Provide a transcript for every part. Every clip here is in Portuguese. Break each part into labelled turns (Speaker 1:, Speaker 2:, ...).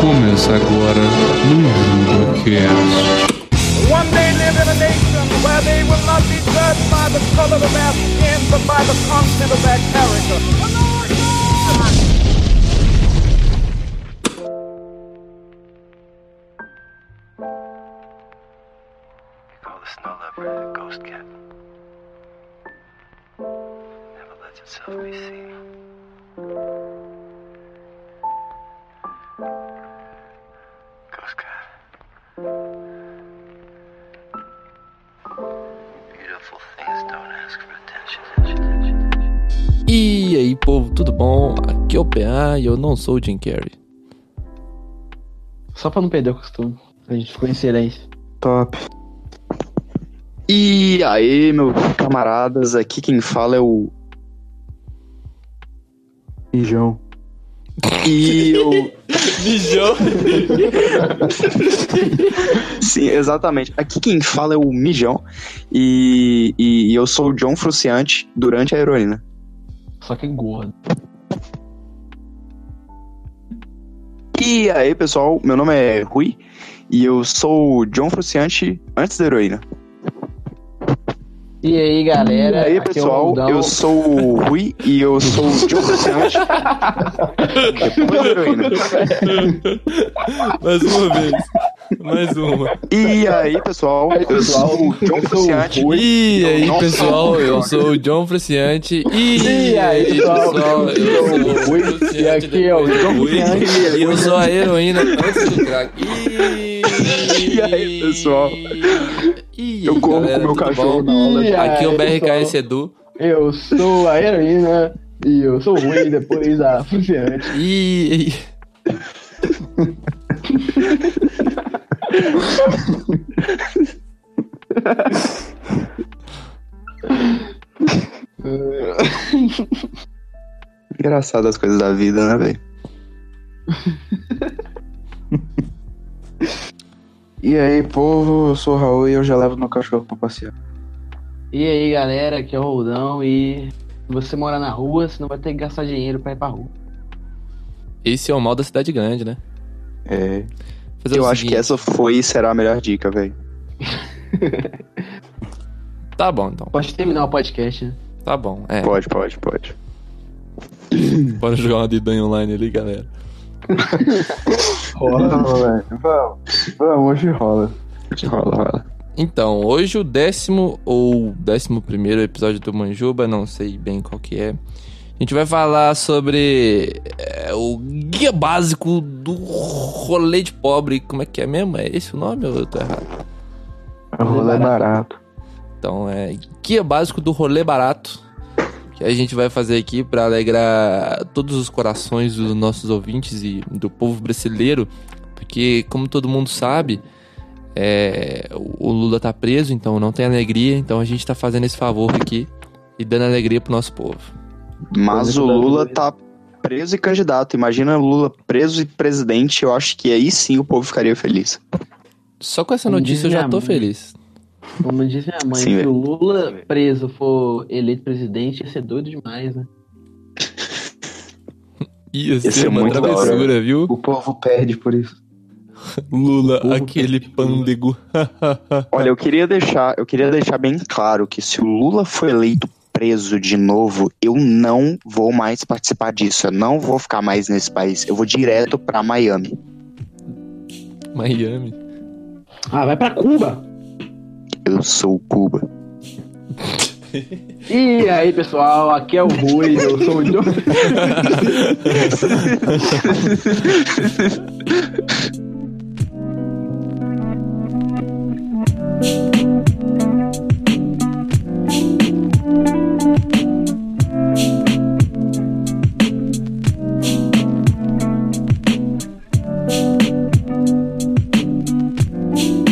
Speaker 1: Começa agora no JubaCast.
Speaker 2: One day live in a nation where they will not be judged by the color of their skin, but by the content of their character.
Speaker 3: They call the snow leopard the ghost cat. Never lets itself be seen. Ghost cat. Beautiful things don't ask for attention.
Speaker 4: E aí, povo, tudo bom? Aqui é o PA e eu não sou o Jim Carrey.
Speaker 5: Só pra não perder o costume. A gente ficou em silêncio.
Speaker 6: Top. E aí, meus camaradas, aqui quem fala é o.
Speaker 5: Mijão.
Speaker 6: E eu. Sim, exatamente. Aqui quem fala é o Mijão. E, e, e eu sou o John Fruciante durante a heroína.
Speaker 5: Só que gordo.
Speaker 6: E aí, pessoal, meu nome é Rui. E eu sou o John Fruciante antes da heroína.
Speaker 5: E aí, galera?
Speaker 6: E aí,
Speaker 5: Aqui é o
Speaker 6: pessoal,
Speaker 5: Aldão.
Speaker 6: eu sou o Rui e eu sou o John Fruciante depois da heroína.
Speaker 4: Mais uma vez. Mais uma.
Speaker 6: E aí, pessoal, eu sou o John Fruciante.
Speaker 4: E aí,
Speaker 6: não
Speaker 4: pessoal,
Speaker 6: sou o
Speaker 4: eu
Speaker 6: John.
Speaker 4: sou o John Frusciante. E,
Speaker 5: E aí, pessoal,
Speaker 4: eu sou o
Speaker 5: Rui,
Speaker 4: Frusciante
Speaker 5: e aqui é o
Speaker 4: depois
Speaker 5: John
Speaker 4: do Rui,
Speaker 5: Frusciante.
Speaker 4: E eu sou a heroína antes do crack. E,
Speaker 6: E aí, pessoal?
Speaker 4: E
Speaker 6: Eu
Speaker 4: aí,
Speaker 6: corro
Speaker 4: galera,
Speaker 6: com meu
Speaker 4: tudo
Speaker 6: cachorro
Speaker 4: bom?
Speaker 6: na aula.
Speaker 5: E aí,
Speaker 4: Aqui é o BRKS
Speaker 5: pessoal,
Speaker 4: Edu.
Speaker 5: Eu sou a heroína e eu sou o Rui, depois a Fufiante.
Speaker 4: E.
Speaker 6: Engraçado as coisas da vida, né, velho?
Speaker 7: E aí, povo, eu sou o Raul e eu já levo meu cachorro pra passear.
Speaker 5: E aí, galera, aqui é o Roldão e se você mora na rua, você não vai ter que gastar dinheiro pra ir pra rua.
Speaker 4: Esse é o mal da cidade grande, né?
Speaker 6: É.
Speaker 4: Fazer
Speaker 6: Eu
Speaker 4: o
Speaker 6: acho que
Speaker 4: seguinte.
Speaker 6: essa foi e será a melhor dica, velho.
Speaker 4: Tá bom, então.
Speaker 5: Pode terminar o podcast, né?
Speaker 4: Tá bom. É.
Speaker 6: Pode, pode, pode.
Speaker 4: Bora jogar uma Didan online ali, galera.
Speaker 7: Vamos, velho. Vamos. Vamos, hoje rola.
Speaker 6: Rola, rola.
Speaker 4: Então, hoje o décimo ou décimo primeiro episódio do Manjuba, não sei bem qual que é. A gente vai falar sobre é, o guia básico do rolê de pobre. Como é que é mesmo? É esse o nome ou eu tô errado?
Speaker 7: A rola é barato.
Speaker 4: Então, é guia básico do rolê barato. Que a gente vai fazer aqui para alegrar todos os corações dos nossos ouvintes e do povo brasileiro. Porque, como todo mundo sabe, é, o o Lula tá preso, então não tem alegria. Então a gente tá fazendo esse favor aqui e dando alegria pro nosso povo.
Speaker 6: Mas o Lula tá preso e candidato. Imagina Lula preso e presidente. Eu acho que aí sim o povo ficaria feliz.
Speaker 4: Só com essa
Speaker 5: Como
Speaker 4: notícia eu
Speaker 5: diz
Speaker 4: já
Speaker 5: minha
Speaker 4: tô
Speaker 5: mãe.
Speaker 4: feliz.
Speaker 5: Como diz minha mãe,
Speaker 6: Sim,
Speaker 5: se
Speaker 6: velho.
Speaker 5: o Lula preso for eleito presidente, ia ser doido demais, né?
Speaker 4: Ia
Speaker 6: ser ser uma muito da hora. travessura,
Speaker 4: viu?
Speaker 7: O povo perde por isso.
Speaker 4: Lula, aquele pândego.
Speaker 6: Olha, eu queria deixar, eu queria deixar bem claro que se o Lula for eleito preso de novo, eu não vou mais participar disso. Eu não vou ficar mais nesse país. Eu vou direto pra Miami.
Speaker 4: Miami.
Speaker 5: Ah, vai pra Cuba!
Speaker 6: Eu sou Cuba.
Speaker 5: E aí, pessoal, aqui é o Rui, eu sou o John.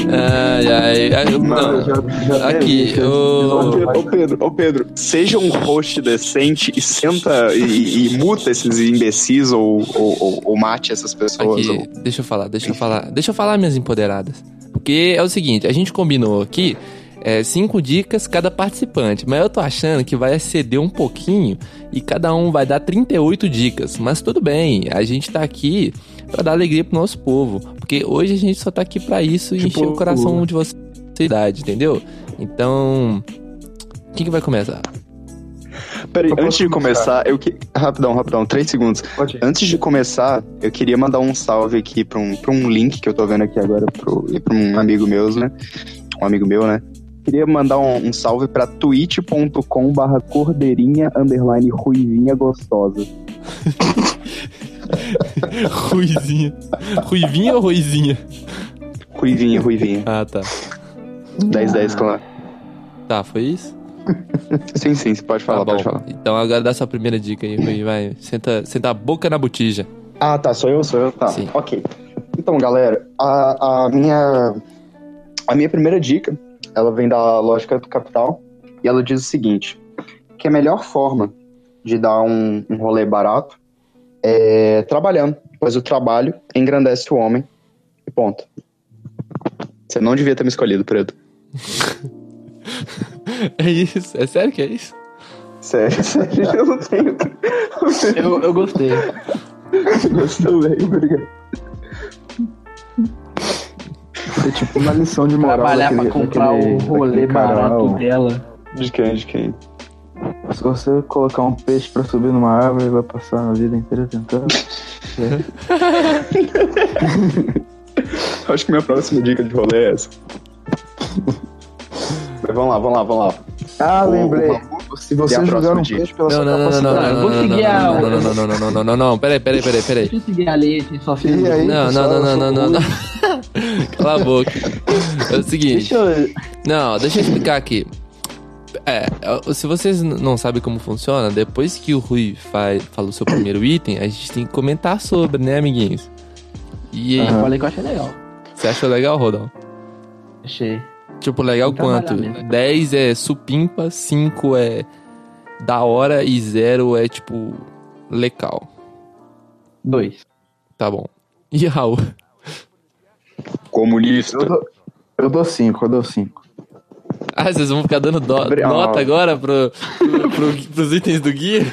Speaker 4: Ai, ai. ai eu- não. Aqui,
Speaker 6: Ô
Speaker 4: ô.
Speaker 6: Pedro, ô Pedro, ô Pedro, seja um host decente e senta e, e muta esses imbecis ou, ou, ou- ou mate essas pessoas.
Speaker 4: Aqui,
Speaker 6: ou-
Speaker 4: deixa eu falar, deixa eu falar. Deixa eu falar, minhas empoderadas. Porque é o seguinte, a gente combinou aqui é, cinco dicas cada participante. Mas eu tô achando que vai exceder um pouquinho e cada um vai dar 38 dicas. Mas tudo bem, a gente tá aqui pra dar alegria pro nosso povo. Porque hoje a gente só tá aqui pra isso e
Speaker 7: Tipo,
Speaker 4: encher o coração de vocês, entendeu? Então. Quem que vai começar?
Speaker 6: Peraí,
Speaker 7: Eu posso
Speaker 6: antes de
Speaker 7: começar.
Speaker 6: começar, eu que... Rapidão, rapidão, três segundos.
Speaker 7: Pode ir.
Speaker 6: Antes de começar, eu queria mandar um salve aqui pra um, pra um link que eu tô vendo aqui agora pro, e pra um amigo meu, né? Um amigo meu, né? Queria mandar um, um salve pra twitch.com barra cordeirinha underline ruivinha gostosa.
Speaker 4: Ruizinha. Ruivinha ou Ruizinha?
Speaker 6: Ruivinha, ruivinha.
Speaker 4: Ah, tá.
Speaker 6: 10, 10, claro.
Speaker 4: Tá, foi isso?
Speaker 6: Sim, sim, você pode falar,
Speaker 4: tá bom.
Speaker 6: pode falar.
Speaker 4: Então agora dá sua primeira dica aí, Rui, vai. Senta, senta a boca na botija.
Speaker 6: Ah, tá, sou eu, sou eu, tá.
Speaker 4: Sim.
Speaker 6: Ok. Então, galera, a, a minha a minha primeira dica, ela vem da lógica do capital e ela diz o seguinte: que a melhor forma de dar um, um rolê barato é trabalhando, pois o trabalho engrandece o homem. E ponto. Você não devia ter me escolhido, Preto.
Speaker 4: É isso? É sério que é isso?
Speaker 6: Sério, sério, eu não tenho.
Speaker 5: Eu, eu gostei.
Speaker 6: Gostou, velho, obrigado.
Speaker 7: É tipo uma lição de moral.
Speaker 5: Trabalhar
Speaker 7: daquele-
Speaker 5: pra comprar
Speaker 7: daquele-
Speaker 5: o rolê
Speaker 7: daquele
Speaker 5: barato
Speaker 7: canal.
Speaker 5: dela.
Speaker 6: De quem, de quem?
Speaker 7: Se você colocar um peixe pra subir numa árvore, vai passar a vida inteira tentando.
Speaker 6: Acho que minha próxima dica de rolê é essa. Mas vamos lá, vamos lá, vamos lá.
Speaker 7: Ah,
Speaker 6: O-
Speaker 7: lembrei.
Speaker 6: o
Speaker 7: Se
Speaker 6: E
Speaker 7: você
Speaker 6: a
Speaker 7: jogar
Speaker 6: próxima
Speaker 7: um
Speaker 6: dica?
Speaker 7: peixe pela
Speaker 4: Não,
Speaker 7: sua
Speaker 4: não, não, não,
Speaker 7: capacidade.
Speaker 5: Eu vou
Speaker 4: não,
Speaker 5: seguir a-
Speaker 4: não, não, não, não, não, não, não, não, não, não, não, peraí, peraí, peraí, peraí.
Speaker 5: Deixa eu seguir a lei aqui, só fiz.
Speaker 6: é
Speaker 7: E aí,
Speaker 4: Não, não,
Speaker 7: pessoal,
Speaker 4: não,
Speaker 7: eu
Speaker 4: não,
Speaker 7: sou
Speaker 4: não,
Speaker 7: o
Speaker 4: não,
Speaker 7: Rui.
Speaker 4: não. Cala a boca. É o seguinte.
Speaker 6: Deixa eu...
Speaker 4: Não, deixa eu explicar aqui. É, se vocês n- não sabem como funciona, depois que o Rui faz, fala o seu primeiro item, a gente tem que comentar sobre, né, amiguinhos? E aí,
Speaker 5: Eu falei que eu achei legal.
Speaker 4: você achou legal, Rodão?
Speaker 5: Achei.
Speaker 4: Tipo, legal
Speaker 5: Tem que trabalhar
Speaker 4: quanto?
Speaker 5: mesmo.
Speaker 4: 10 é supimpa, 5 é da hora e 0 é tipo legal.
Speaker 5: Dois.
Speaker 4: Tá bom. E Raul?
Speaker 6: Comunista.
Speaker 7: Eu dou- Eu dou cinco, eu dou cinco.
Speaker 4: Ah, vocês vão ficar dando do-
Speaker 6: Gabriel.
Speaker 4: nota agora pro, pro, pro- pros itens do guia?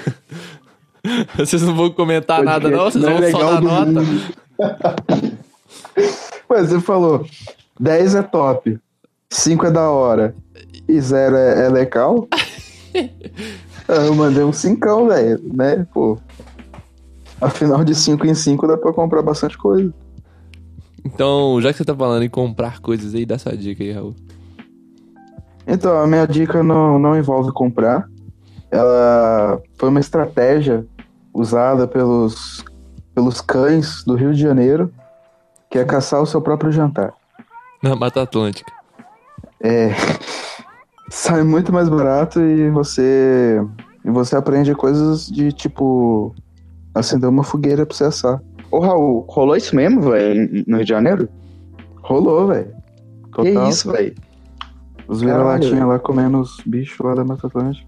Speaker 4: Vocês não vão comentar Tá nada, não? Vocês
Speaker 7: Não é
Speaker 4: vão só
Speaker 7: legal
Speaker 4: dar
Speaker 7: do
Speaker 4: nota?
Speaker 7: Mas você falou, 10 é top, 5 é da hora e 0 é, é legal. Aí eu mandei um 5, velho, né? Pô. Afinal, de 5 em 5 dá pra comprar bastante coisa.
Speaker 4: Então, já que você tá falando em comprar coisas aí, dá sua dica aí, Raul.
Speaker 7: Então, a minha dica não, não envolve comprar. Ela foi uma estratégia usada pelos, pelos cães do Rio de Janeiro, que é caçar o seu próprio jantar.
Speaker 4: Na Mata Atlântica.
Speaker 7: sai muito mais barato e você e você aprende coisas de tipo acender uma fogueira pra você assar.
Speaker 6: Ô, Raul, rolou isso mesmo, velho, no Rio de Janeiro?
Speaker 7: Rolou, velho.
Speaker 6: Que isso, velho?
Speaker 7: Os
Speaker 6: Caralho,
Speaker 7: vira-latinha
Speaker 6: velho.
Speaker 7: lá comendo os bichos lá da Mata Atlântica.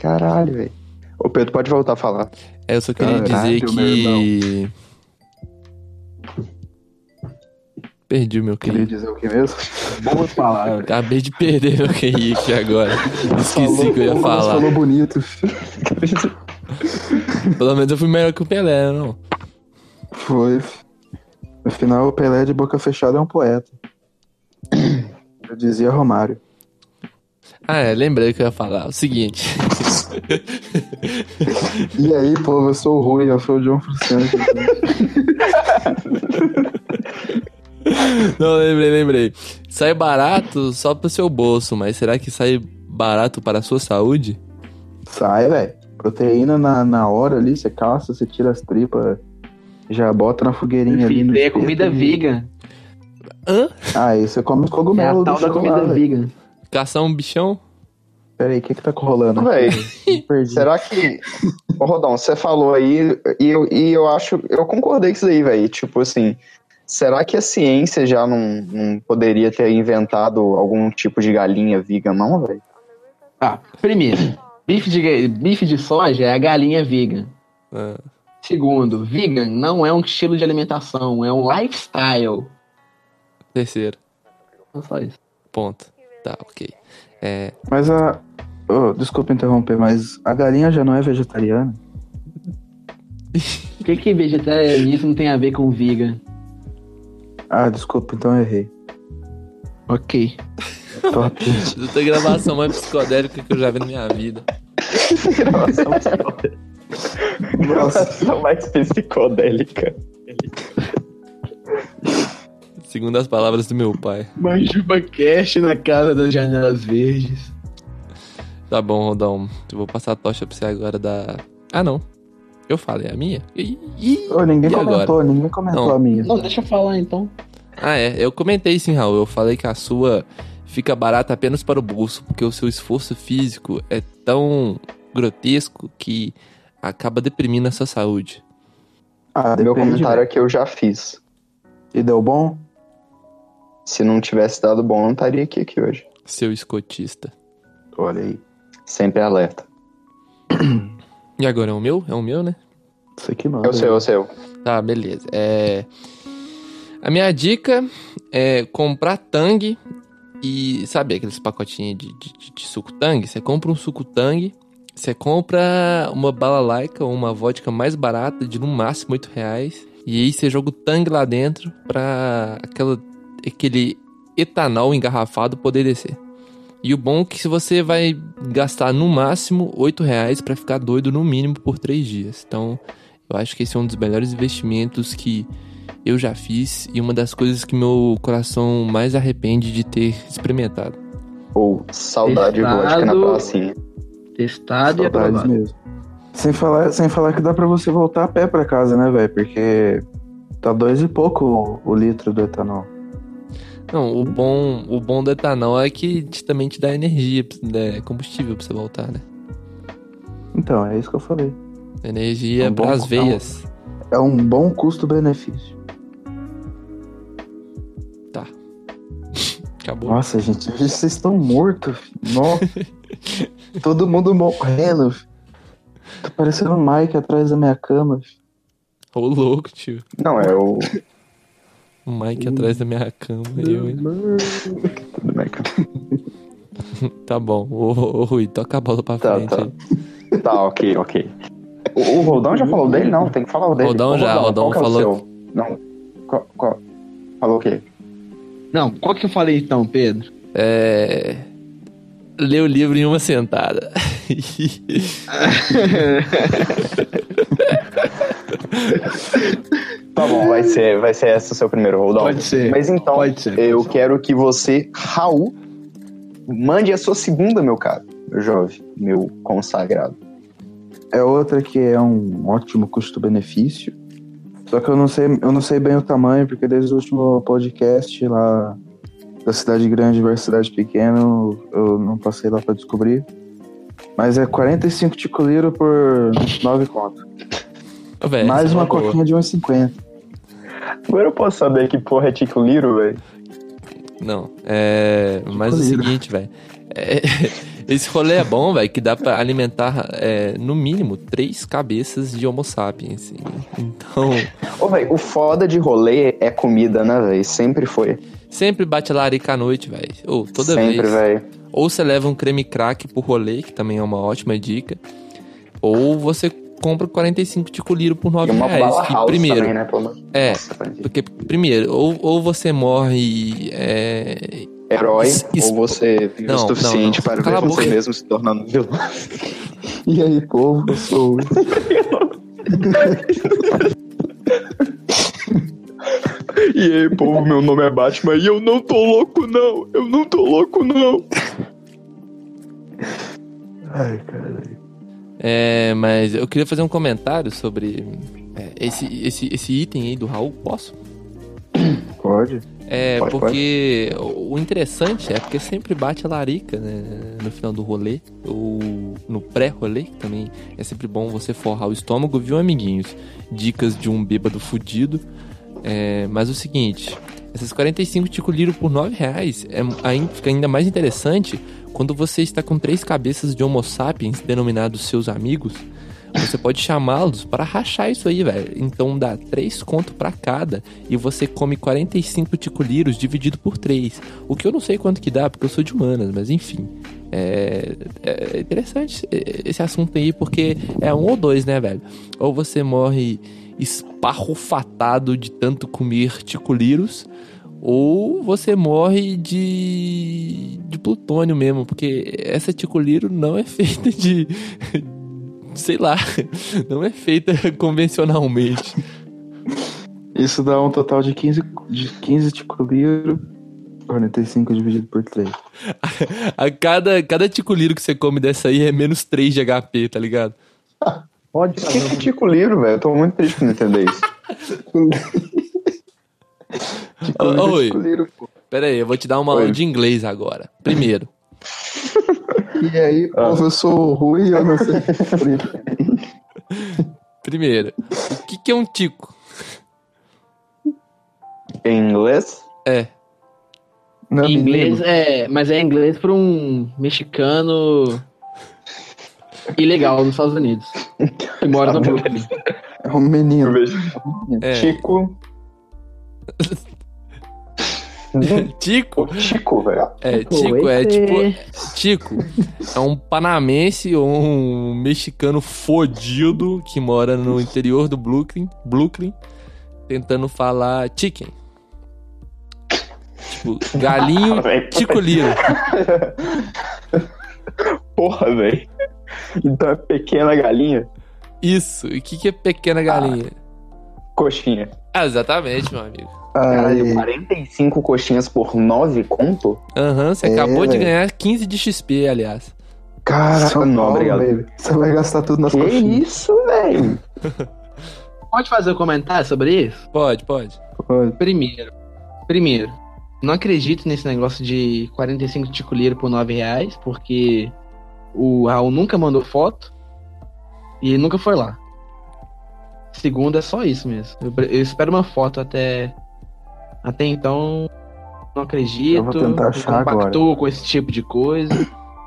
Speaker 6: Caralho, velho. Ô, Pedro, pode voltar a falar.
Speaker 4: É, eu só queria
Speaker 7: Caralho,
Speaker 4: dizer
Speaker 7: meu
Speaker 4: que. Perdi o meu
Speaker 7: Queria
Speaker 4: QI.
Speaker 7: dizer o que mesmo?
Speaker 5: Boas palavras.
Speaker 4: Acabei de perder meu QI aqui agora. Esqueci
Speaker 7: Falou-
Speaker 4: o que eu ia
Speaker 7: mas
Speaker 4: falar.
Speaker 7: Falou bonito.
Speaker 4: Pelo menos eu fui melhor que o Pelé, não?
Speaker 7: Foi. Afinal, o Pelé de boca fechada é um poeta. Eu dizia Romário.
Speaker 4: Ah, é, lembrei o que eu ia falar. O seguinte.
Speaker 7: E aí, povo, eu sou o Rui, eu sou o John Fruciante.
Speaker 4: Não, lembrei, lembrei. Sai barato só pro seu bolso, mas será que sai barato para a sua saúde?
Speaker 7: Sai, velho. Proteína na, na hora ali, você caça, você tira as tripas, já bota na fogueirinha ali. no
Speaker 5: Enfim, é
Speaker 7: espeto
Speaker 5: comida
Speaker 7: e-
Speaker 5: vegan.
Speaker 4: Hã?
Speaker 7: Aí você come os
Speaker 5: É a
Speaker 7: cogumelos do
Speaker 5: tal da
Speaker 7: chão
Speaker 5: comida
Speaker 7: lá, véi.
Speaker 5: vegan.
Speaker 4: Caçar um bichão?
Speaker 7: Peraí, o que que tá rolando? aqui?
Speaker 6: Véi,
Speaker 7: Me Perdi.
Speaker 6: será que... Ô, Rodão, você falou aí, e eu, e eu acho... Eu concordei com isso aí, velho. Tipo, assim... Será que a ciência já não, não poderia ter inventado algum tipo de galinha vegan, não, velho?
Speaker 5: Ah, primeiro, bife de, ga- bife de soja é a galinha vegan.
Speaker 4: Ah,
Speaker 5: Segundo, vegan não é um estilo de alimentação, é um lifestyle.
Speaker 4: terceiro.
Speaker 5: É só isso.
Speaker 4: Ponto. Tá, ok. É,
Speaker 7: Mas a. Ô, desculpa interromper, mas a galinha já não é vegetariana?
Speaker 5: O que, que vegetarianismo tem a ver com vegan?
Speaker 7: Ah, desculpa, então eu errei.
Speaker 5: Ok.
Speaker 7: Top.
Speaker 4: da gravação mais psicodélica que eu já vi na minha vida.
Speaker 7: Nossa,
Speaker 6: Nossa, mais psicodélica.
Speaker 4: Segundo as palavras do meu pai.
Speaker 5: Manjuba Cash na casa das janelas verdes.
Speaker 4: Tá bom, Rodão. Eu vou passar a tocha pra você agora da. Ah, não. Eu falei a minha? Ih, ih.
Speaker 7: Ô, ninguém
Speaker 4: E
Speaker 7: comentou,
Speaker 4: agora?
Speaker 7: ninguém comentou
Speaker 4: Não.
Speaker 7: a minha.
Speaker 5: Não, deixa eu falar então.
Speaker 4: Ah, é. Eu comentei sim, Raul. Eu falei que a sua fica barata apenas para o bolso, porque o seu esforço físico é tão grotesco que acaba deprimindo a sua saúde.
Speaker 7: Ah,
Speaker 6: Meu
Speaker 7: depende,
Speaker 6: comentário é que eu já fiz.
Speaker 7: E deu bom?
Speaker 6: Se não tivesse dado bom, eu não estaria aqui, aqui hoje.
Speaker 4: Seu escotista.
Speaker 7: Olha aí.
Speaker 6: Sempre alerta.
Speaker 4: E agora é o meu? É o meu, né?
Speaker 7: Isso aqui não.
Speaker 6: Eu sei, eu sei. eu.
Speaker 4: Tá, beleza. É... A minha dica é comprar tangue e. Sabe aqueles pacotinhos de, de- de- de suco tangue? Você compra um suco tangue, você compra uma balalaica ou uma vodka mais barata, de no máximo 8 reais, e aí você joga o tangue lá dentro pra aquela, aquele etanol engarrafado poder descer. E o bom é que se você vai gastar no máximo 8 reais pra ficar doido no mínimo por 3 dias. Então. Eu acho que esse é um dos melhores investimentos que eu já fiz e uma das coisas que meu coração mais arrepende de ter experimentado.
Speaker 6: Ou saudade
Speaker 5: Testado.
Speaker 6: vodka na pracinha.
Speaker 5: Testado e
Speaker 7: Saudades
Speaker 5: aprovado.
Speaker 7: mesmo. Sem falar, sem falar que dá pra você voltar a pé pra casa, né, velho? Porque tá dois e pouco o, o litro do etanol.
Speaker 4: Não, o bom, o bom do etanol é que te- também te dá energia, né, combustível pra você voltar, né?
Speaker 7: Então, é isso que eu falei.
Speaker 4: Energia
Speaker 7: É um bom
Speaker 4: pras
Speaker 7: combo.
Speaker 4: veias.
Speaker 7: É um bom custo-benefício.
Speaker 4: Acabou.
Speaker 7: Nossa, gente, vocês estão mortos. filho. Nossa. Todo mundo morrendo. filho. Tô parecendo o Mike atrás da minha cama. filho.
Speaker 4: Ô louco, tio.
Speaker 6: Não, é o.
Speaker 4: O Mike atrás da minha cama. eu, hein?
Speaker 6: Tudo bem, cara.
Speaker 4: Tá bom. Ô, ô, ô, Rui, toca a bola pra
Speaker 6: Tá,
Speaker 4: frente.
Speaker 6: tá.
Speaker 4: aí.
Speaker 6: Tá, ok, ok. O, o Rodão já falou dele? Não, tem que falar o dele.
Speaker 4: Rodão
Speaker 6: Ô,
Speaker 4: já, Rodão
Speaker 6: qual que é o
Speaker 4: falou.
Speaker 6: seu? Não. Qual, qual- Falou o quê?
Speaker 5: Não, qual que eu falei então, Pedro?
Speaker 4: É. Lê o livro em uma sentada.
Speaker 6: Tá bom, vai ser, vai ser esse o seu primeiro, Rodão.
Speaker 5: Pode ser.
Speaker 6: Mas então,
Speaker 5: Pode ser.
Speaker 6: eu quero que você, Raul, mande a sua segunda, meu caro. Meu jovem, meu consagrado.
Speaker 7: É outra que é um ótimo custo-benefício. Só que eu não sei, eu não sei bem o tamanho, porque desde o último podcast lá da cidade grande versus cidade pequena, eu- eu não passei lá pra descobrir. Mas é 45 ticoliro por 9 conto.
Speaker 4: Véi,
Speaker 7: Mais
Speaker 4: essa é
Speaker 7: uma
Speaker 4: boa.
Speaker 7: coquinha de 1,50.
Speaker 6: Agora eu posso saber que porra é Tico Liro, velho?
Speaker 4: Não, é. Mas é o
Speaker 7: Colírio.
Speaker 4: seguinte, velho. é, esse rolê é bom, velho, que dá pra alimentar, é, no mínimo, três cabeças de Homo sapiens. Então,
Speaker 6: Ô, velho, o foda de rolê é comida, né, velho? Sempre foi.
Speaker 4: sempre bate larica à noite, velho. Ou toda
Speaker 6: Sempre,
Speaker 4: vez.
Speaker 6: velho.
Speaker 4: Ou você leva um creme crack pro rolê, que também é uma ótima dica. Ou você compra 45 ticoliro por
Speaker 6: E
Speaker 4: 9
Speaker 6: uma
Speaker 4: reais.
Speaker 6: bala
Speaker 4: que
Speaker 6: house
Speaker 4: primeiro.
Speaker 6: também, né? Pelo amor de
Speaker 4: É.
Speaker 6: Deus, velho.
Speaker 4: Porque, primeiro, ou, ou você morre é,
Speaker 6: herói
Speaker 4: Es- es-
Speaker 6: ou você vive
Speaker 4: Não,
Speaker 6: o suficiente
Speaker 4: não, não.
Speaker 6: para
Speaker 4: Cala
Speaker 6: ver
Speaker 4: a
Speaker 6: você
Speaker 4: boca.
Speaker 6: mesmo se tornando um vilão.
Speaker 7: E aí, povo, eu sou. o-
Speaker 6: E aí, povo, meu nome é Batman e eu não tô louco, não. Eu não tô louco, não.
Speaker 7: Ai, cara.
Speaker 4: É, mas eu queria fazer um comentário sobre é, esse, esse, esse item aí do Raul, posso?
Speaker 7: Pode?
Speaker 4: É,
Speaker 6: Pode,
Speaker 4: porque o o interessante é porque sempre bate a larica, né, no final do rolê, ou no pré-rolê, que também é sempre bom você forrar o estômago, viu, amiguinhos? Dicas de um bêbado fudido. É, mas o seguinte, essas 45 ticoliro por 9 reais é, ainda, fica ainda mais interessante quando você está com três cabeças de homo sapiens, denominados seus amigos, Você pode chamá-los para rachar isso aí, velho. Então dá 3 conto pra cada e você come 45 ticuliros dividido por 3. O que eu não sei quanto que dá, porque eu sou de humanas, mas enfim. É, é interessante esse assunto aí, porque é um ou dois, né, velho? Ou você morre esparrufatado de tanto comer ticuliros, ou você morre de, de plutônio mesmo, porque essa ticuliro não é feita de. Sei lá, não é feita convencionalmente.
Speaker 7: Isso dá um total de 15, de 15 ticuliro. 45 dividido por 3.
Speaker 4: A cada, cada ticuliro que você come dessa aí é menos 3 de HP, tá ligado?
Speaker 5: Pode
Speaker 8: O que, que é ticuliro, velho? Eu tô muito triste por não entender isso.
Speaker 7: Ticuliro é
Speaker 4: Oi.
Speaker 7: ticuliro, pô.
Speaker 4: Pera aí, eu vou te dar uma
Speaker 8: Oi.
Speaker 4: aula de inglês agora. Primeiro,
Speaker 7: E aí, povo, eu sou ruim, eu não sei.
Speaker 4: primeiro, o que, que é um tico?
Speaker 8: Em inglês?
Speaker 4: É,
Speaker 7: Não,
Speaker 5: Em inglês
Speaker 7: menino.
Speaker 5: é, mas é inglês para um mexicano ilegal nos Estados Unidos. Que mora no Brooklyn.
Speaker 7: É um menino.
Speaker 4: é.
Speaker 8: Tico.
Speaker 4: Tico?
Speaker 7: né?
Speaker 8: O Tico, velho.
Speaker 4: É, tico é tipo. Tico é um panamense ou um mexicano fodido que mora no interior do Brooklyn, Brooklyn tentando falar chicken. Tipo, galinho
Speaker 8: Véi,
Speaker 4: tico liro.
Speaker 8: Porra, velho. Então é pequena galinha,
Speaker 4: Isso. E o que, que é pequena galinha?
Speaker 8: coxinha.
Speaker 4: Ah, exatamente, meu amigo.
Speaker 8: Caralho,
Speaker 7: Aí,
Speaker 8: 45 coxinhas por 9 conto?
Speaker 4: Aham, você
Speaker 7: É,
Speaker 4: acabou de
Speaker 7: velho.
Speaker 4: ganhar 15 de XP, aliás.
Speaker 7: cara,
Speaker 8: Não,
Speaker 7: não,
Speaker 8: obrigado.
Speaker 7: velho. Você vai gastar tudo nas
Speaker 8: Que
Speaker 7: coxinhas.
Speaker 8: isso, velho?
Speaker 5: Pode fazer um comentário sobre isso?
Speaker 4: Pode, pode.
Speaker 7: Olha,
Speaker 5: Primeiro, primeiro, não acredito nesse negócio de 45 ticuleiro por 9 reais, porque o Raul nunca mandou foto e ele nunca foi lá. Segundo, é só isso mesmo. Eu, pre- eu espero uma foto até. Até então, não acredito.
Speaker 7: Eu vou tentar achar
Speaker 5: não compactuo com esse tipo de coisa.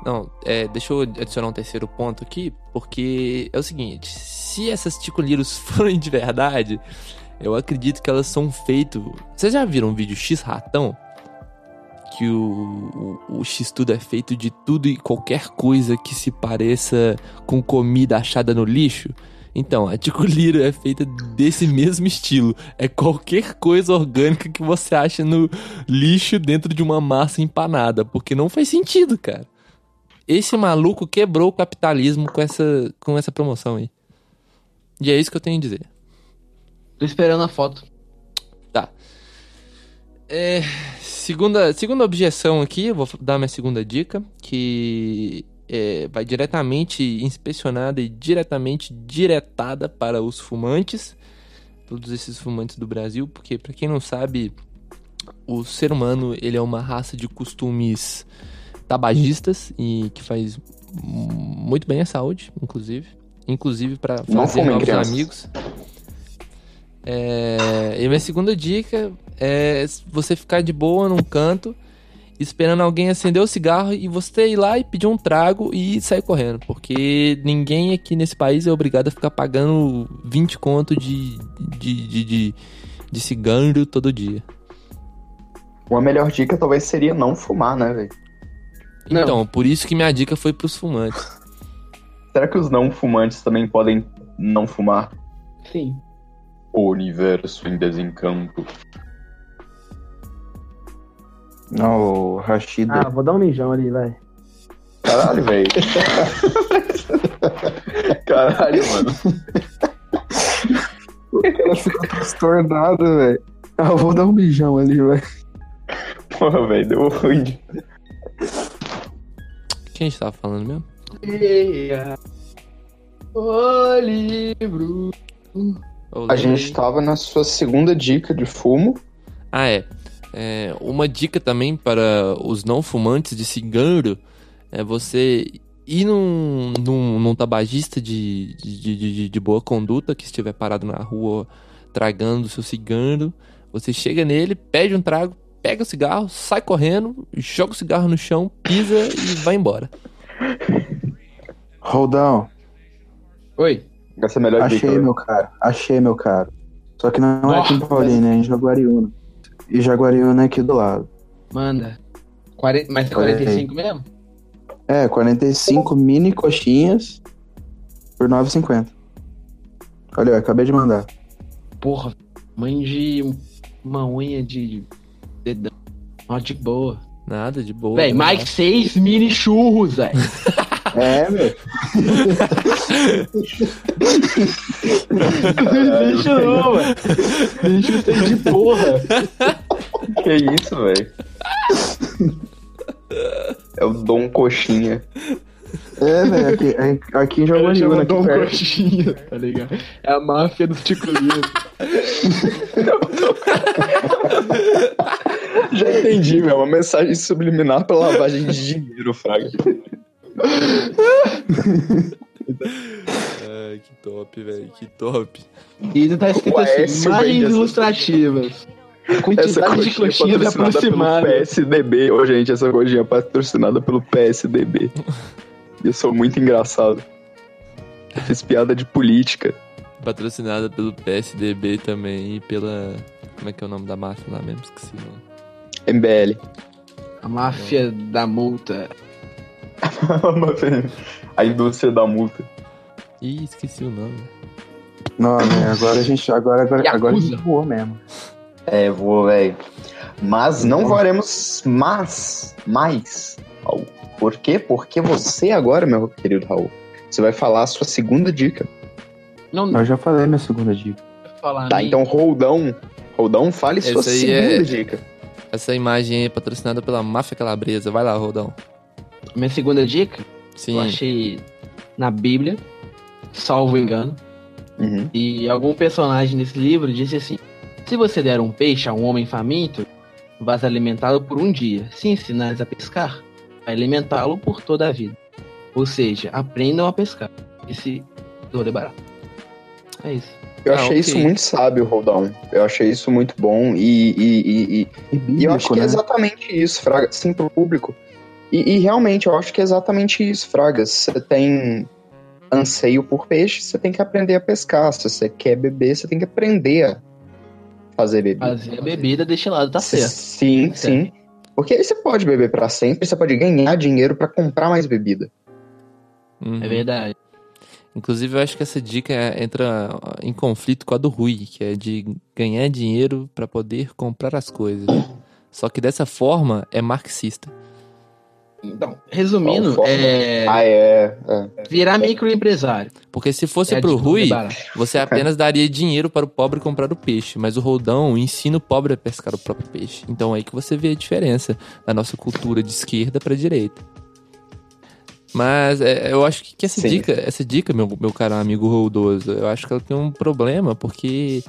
Speaker 4: Não, é, deixa eu adicionar um terceiro ponto aqui, porque é o seguinte: se essas ticuliros forem de verdade, eu acredito que elas são feitas. Vocês já viram um vídeo X Ratão? Que o, o, o X tudo é feito de tudo e qualquer coisa que se pareça com comida achada no lixo? Então, a ticuliro é feita desse mesmo estilo. É qualquer coisa orgânica que você acha no lixo dentro de uma massa empanada, porque não faz sentido, cara. Esse maluco quebrou o capitalismo com essa, com essa promoção aí. E é isso que eu tenho a dizer.
Speaker 5: Tô esperando a foto.
Speaker 4: É, segunda, segunda objeção aqui, eu vou dar minha segunda dica, que é, vai diretamente inspecionada e diretamente diretada para os fumantes, todos esses fumantes do Brasil, porque para quem não sabe, o ser humano ele é uma raça de costumes tabagistas e que faz muito bem à saúde, inclusive, inclusive para
Speaker 8: Não
Speaker 4: fazer
Speaker 8: fumem,
Speaker 4: novos
Speaker 8: crianças.
Speaker 4: amigos. É, e minha segunda dica é você ficar de boa num canto, esperando alguém acender o cigarro e você ir lá e pedir um trago e sair correndo. Porque ninguém aqui nesse país é obrigado a ficar pagando 20 conto de, de, de, de, de cigarro todo dia.
Speaker 8: Uma melhor dica talvez seria não fumar, né, velho?
Speaker 5: Não.
Speaker 4: Então, por isso que minha dica foi pros fumantes.
Speaker 8: Será que os não fumantes também podem não fumar?
Speaker 5: Sim.
Speaker 8: O universo em desencanto.
Speaker 7: Não, o Rashida.
Speaker 6: Ah, vou dar um mijão ali, vai.
Speaker 8: Caralho, velho. Caralho, mano.
Speaker 7: Ela ficou transtornada, velho. Ah, eu vou dar um mijão ali, velho.
Speaker 8: Porra, velho, deu ruim.
Speaker 4: Quem a gente tava falando mesmo?
Speaker 5: ah. O livro.
Speaker 4: Eu
Speaker 8: A
Speaker 4: lembrei.
Speaker 8: gente tava na sua segunda dica de fumo.
Speaker 4: Ah, é. É, Uma dica também para os não fumantes de cigarro é você ir num, num, num tabagista de, de, de- de- de boa conduta que estiver parado na rua tragando seu cigarro. Você chega nele, pede um trago, pega o cigarro, sai correndo, joga o cigarro no chão, pisa e vai embora.
Speaker 7: Roldão,
Speaker 5: Oi.
Speaker 6: Essa é a melhor
Speaker 7: Achei,
Speaker 6: dica.
Speaker 7: meu caro. Achei, meu caro. Só que não é aqui em
Speaker 5: Nossa.
Speaker 7: Paulínia, é em Jaguariúna. E Jaguariúna é aqui do lado.
Speaker 5: Manda. Quare... Mas é 45 mesmo?
Speaker 7: É, 45 mini coxinhas por 9,50. Olha, eu acabei de mandar.
Speaker 5: Porra, mãe de uma unha de dedão. Ó, de boa.
Speaker 4: Nada, de boa.
Speaker 5: Véi,
Speaker 4: né?
Speaker 5: mais seis mini churros, velho.
Speaker 7: É, meu.
Speaker 5: Deixa não, velho. Deixa eu ser de porra.
Speaker 6: Que isso, velho? É o Dom Coxinha.
Speaker 7: É, velho. Aqui, aqui em Jaguariúna,
Speaker 5: Ela chama
Speaker 7: aqui
Speaker 5: Dom
Speaker 7: perto.
Speaker 5: um Coxinha, tá ligado? É a máfia dos ticulinhos.
Speaker 6: Já entendi, velho. Uma mensagem subliminar pra lavagem de dinheiro, Fraga.
Speaker 4: Ai, É, que top, velho. Que top.
Speaker 5: E tá escrito
Speaker 6: O
Speaker 5: assim,
Speaker 6: Aécio vende
Speaker 5: imagens
Speaker 6: essas
Speaker 5: ilustrativas.
Speaker 6: é Essa
Speaker 5: Quantidade de
Speaker 6: coxinha é
Speaker 5: coxinhas
Speaker 6: patrocinada pelo
Speaker 5: aproximadas.
Speaker 6: PSDB. Ô, gente, essa coxinha é patrocinada pelo PSDB. Eu sou muito engraçado. Eu fiz piada de política.
Speaker 4: Patrocinada pelo PSDB também e pela. Como é que é o nome da máfia lá mesmo? Esqueci o nome.
Speaker 6: MBL.
Speaker 5: A máfia da multa.
Speaker 6: A indústria da multa.
Speaker 4: Ih, esqueci o nome.
Speaker 7: Não, né, agora a gente. Agora, agora, agora a gente
Speaker 5: Yakuza.
Speaker 7: voou mesmo.
Speaker 6: É, vou, velho. Mas não faremos mais, mais. Raul. Por quê? Porque você agora, meu querido Raul, você vai falar a sua segunda dica.
Speaker 5: Não dá
Speaker 7: Eu já falei minha segunda dica.
Speaker 5: pra falar.
Speaker 6: Tá,
Speaker 5: nem.
Speaker 6: então, Roldão. Roldão, fale
Speaker 4: Essa
Speaker 6: sua
Speaker 4: aí
Speaker 6: segunda
Speaker 4: é-
Speaker 6: dica.
Speaker 4: Essa imagem aí é patrocinada pela máfia calabresa. Vai lá, Rodão.
Speaker 5: Minha segunda dica,
Speaker 4: Sim.
Speaker 5: eu achei na Bíblia, salvo engano.
Speaker 6: Uhum.
Speaker 5: E algum personagem desse livro disse assim: Se você der um peixe a um homem faminto, vais alimentá-lo por um dia. Se ensinares a pescar, vai alimentá-lo por toda a vida. Ou seja, aprendam a pescar. Esse dor é barato. É isso.
Speaker 6: Eu
Speaker 4: Ah,
Speaker 6: achei
Speaker 4: ok.
Speaker 6: isso muito sábio, Roldão. Eu achei isso muito bom e, e, e- e-
Speaker 7: E
Speaker 6: e eu acho
Speaker 7: bíblico,
Speaker 6: que é
Speaker 7: né?
Speaker 6: exatamente isso, Fraga. Sim, pro público. E, e realmente, eu acho que é exatamente isso, Fraga. Você tem anseio por peixe, você tem que aprender a pescar. Se você quer beber, você tem que aprender a fazer bebida.
Speaker 5: Fazer a bebida deste lado Ah, tá
Speaker 6: C-
Speaker 5: certo.
Speaker 6: Sim,
Speaker 5: Tá
Speaker 6: sim. Porque aí você pode beber pra sempre, você pode ganhar dinheiro pra comprar mais bebida.
Speaker 4: Uhum.
Speaker 5: É verdade.
Speaker 4: Inclusive, eu acho que essa dica é- entra em conflito com a do Rui, que é de ganhar dinheiro pra poder comprar as coisas. Só que dessa forma é marxista.
Speaker 5: Então, resumindo,
Speaker 6: Qual forma?
Speaker 5: é
Speaker 6: Ah, é. é.
Speaker 5: virar microempresário.
Speaker 4: Porque se fosse
Speaker 5: É a
Speaker 4: pro
Speaker 5: dica do
Speaker 4: Rui,
Speaker 5: Aldebaran.
Speaker 4: você apenas daria dinheiro para o pobre comprar o peixe, mas o Roldão ensina o pobre a pescar o próprio peixe. Então é aí que você vê a diferença da nossa cultura de esquerda pra direita. Mas é, eu acho que, que essa
Speaker 6: Sim.
Speaker 4: dica, essa dica, meu, meu caro amigo Roldoso, eu acho que ela tem um problema, porque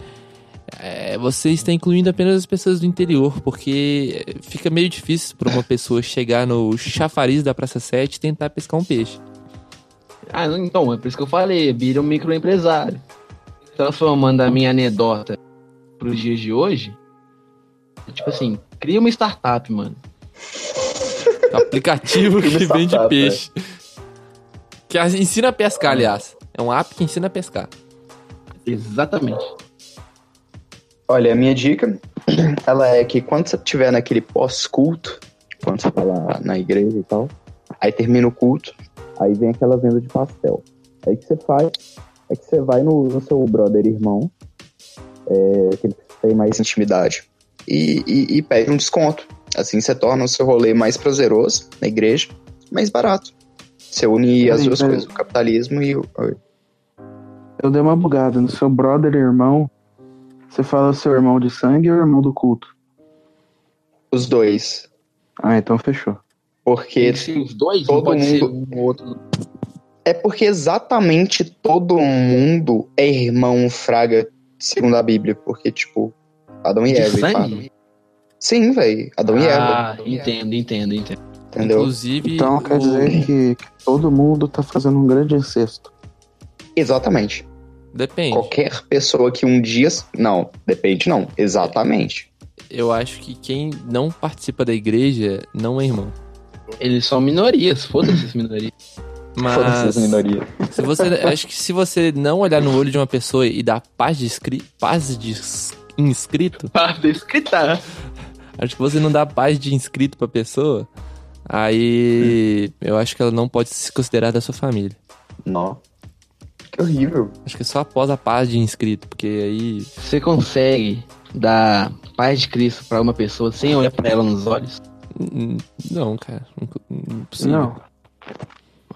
Speaker 4: é, você está incluindo apenas as pessoas do interior, porque é, fica meio difícil para uma pessoa chegar no chafariz da Praça 7 e tentar pescar um peixe.
Speaker 5: Ah, não, então, é por isso que eu falei, vira um microempresário. Transformando a minha anedota pros dias de hoje, é tipo assim, cria uma startup, mano.
Speaker 4: aplicativo
Speaker 6: Filme
Speaker 4: que vende
Speaker 6: safado,
Speaker 4: peixe. Que as- ensina a pescar, aliás. É um app que ensina a pescar.
Speaker 5: Exatamente.
Speaker 6: Olha, a minha dica, ela é que quando você estiver naquele pós-culto, quando você tá lá na igreja e tal, aí termina o culto, aí vem aquela venda de pastel. Aí o que você faz, é que você vai no, no seu brother irmão, é, aquele que tem mais intimidade, e, e- e pede um desconto. Assim você torna o seu rolê mais prazeroso na igreja, mais barato. Você une as
Speaker 7: Peraí,
Speaker 6: duas
Speaker 7: peraí.
Speaker 6: coisas, o capitalismo e o...
Speaker 7: Eu dei uma bugada. No seu brother e irmão, você fala seu irmão de sangue ou irmão do culto?
Speaker 6: os dois.
Speaker 7: Ah, então fechou.
Speaker 6: Porque
Speaker 5: Tem que ser os dois,
Speaker 6: todo
Speaker 5: não pode ser um
Speaker 6: mundo-
Speaker 5: ou outro.
Speaker 6: É porque exatamente todo mundo é irmão Fraga, segundo a Bíblia. Porque, tipo, Adão e
Speaker 5: De
Speaker 6: Eva. pá.
Speaker 5: sangue?
Speaker 6: Sim, velho. Adão e Eva,
Speaker 5: Ah, entendo, entendo, entendo.
Speaker 6: entendeu?
Speaker 4: Inclusive.
Speaker 7: Então
Speaker 4: o-
Speaker 7: quer dizer que, que todo mundo tá fazendo um grande incesto.
Speaker 6: Exatamente.
Speaker 4: Depende.
Speaker 6: Qualquer pessoa que um dia. Não, depende, não. Exatamente.
Speaker 4: Eu acho que quem não participa da igreja não é irmão.
Speaker 5: Eles são minorias, foda-se as minorias.
Speaker 6: Todas essas
Speaker 4: Mas.
Speaker 6: minorias.
Speaker 4: Se você, acho que se você não olhar no olho de uma pessoa e dar paz de, escri, paz de ins- inscrito,
Speaker 5: Para de escritar.
Speaker 4: acho que você não dá paz de inscrito pra pessoa, aí eu acho que ela não pode se considerar da sua família.
Speaker 6: Nó. Que horrível.
Speaker 4: Acho que é só após a paz de inscrito, porque aí.
Speaker 5: Você consegue dar paz de Cristo pra uma pessoa sem olhar pra ela nos olhos?
Speaker 4: n- n- Não, é cara. nunca- Impossível.
Speaker 5: Não.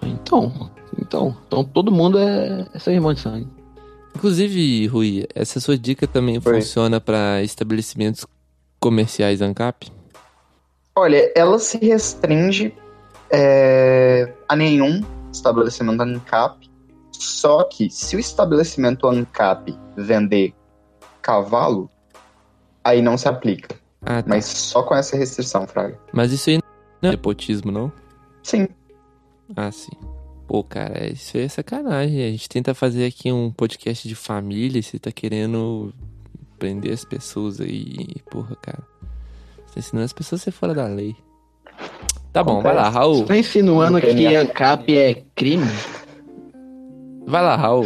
Speaker 5: Então, então, então todo mundo é, é seu irmão de sangue.
Speaker 4: Inclusive, Rui, essa sua dica também
Speaker 6: Oi.
Speaker 4: funciona pra estabelecimentos comerciais ANCAP?
Speaker 6: Olha, ela se restringe é, a nenhum estabelecimento ANCAP. Só que se o estabelecimento ANCAP vender cavalo, aí não se aplica.
Speaker 4: Ah, tá.
Speaker 6: Mas só com essa restrição, Fraga.
Speaker 4: Mas isso aí não é nepotismo, não?
Speaker 6: Sim.
Speaker 4: Ah, sim. Pô, cara, isso aí é sacanagem. A gente tenta fazer aqui um podcast de família e você tá querendo prender as pessoas aí. Porra, cara. Você tá ensinando as pessoas a ser fora da lei. Tá bom, vai lá, Raul.
Speaker 5: Você tá insinuando que ANCAP é crime?
Speaker 4: Vai lá, Raul.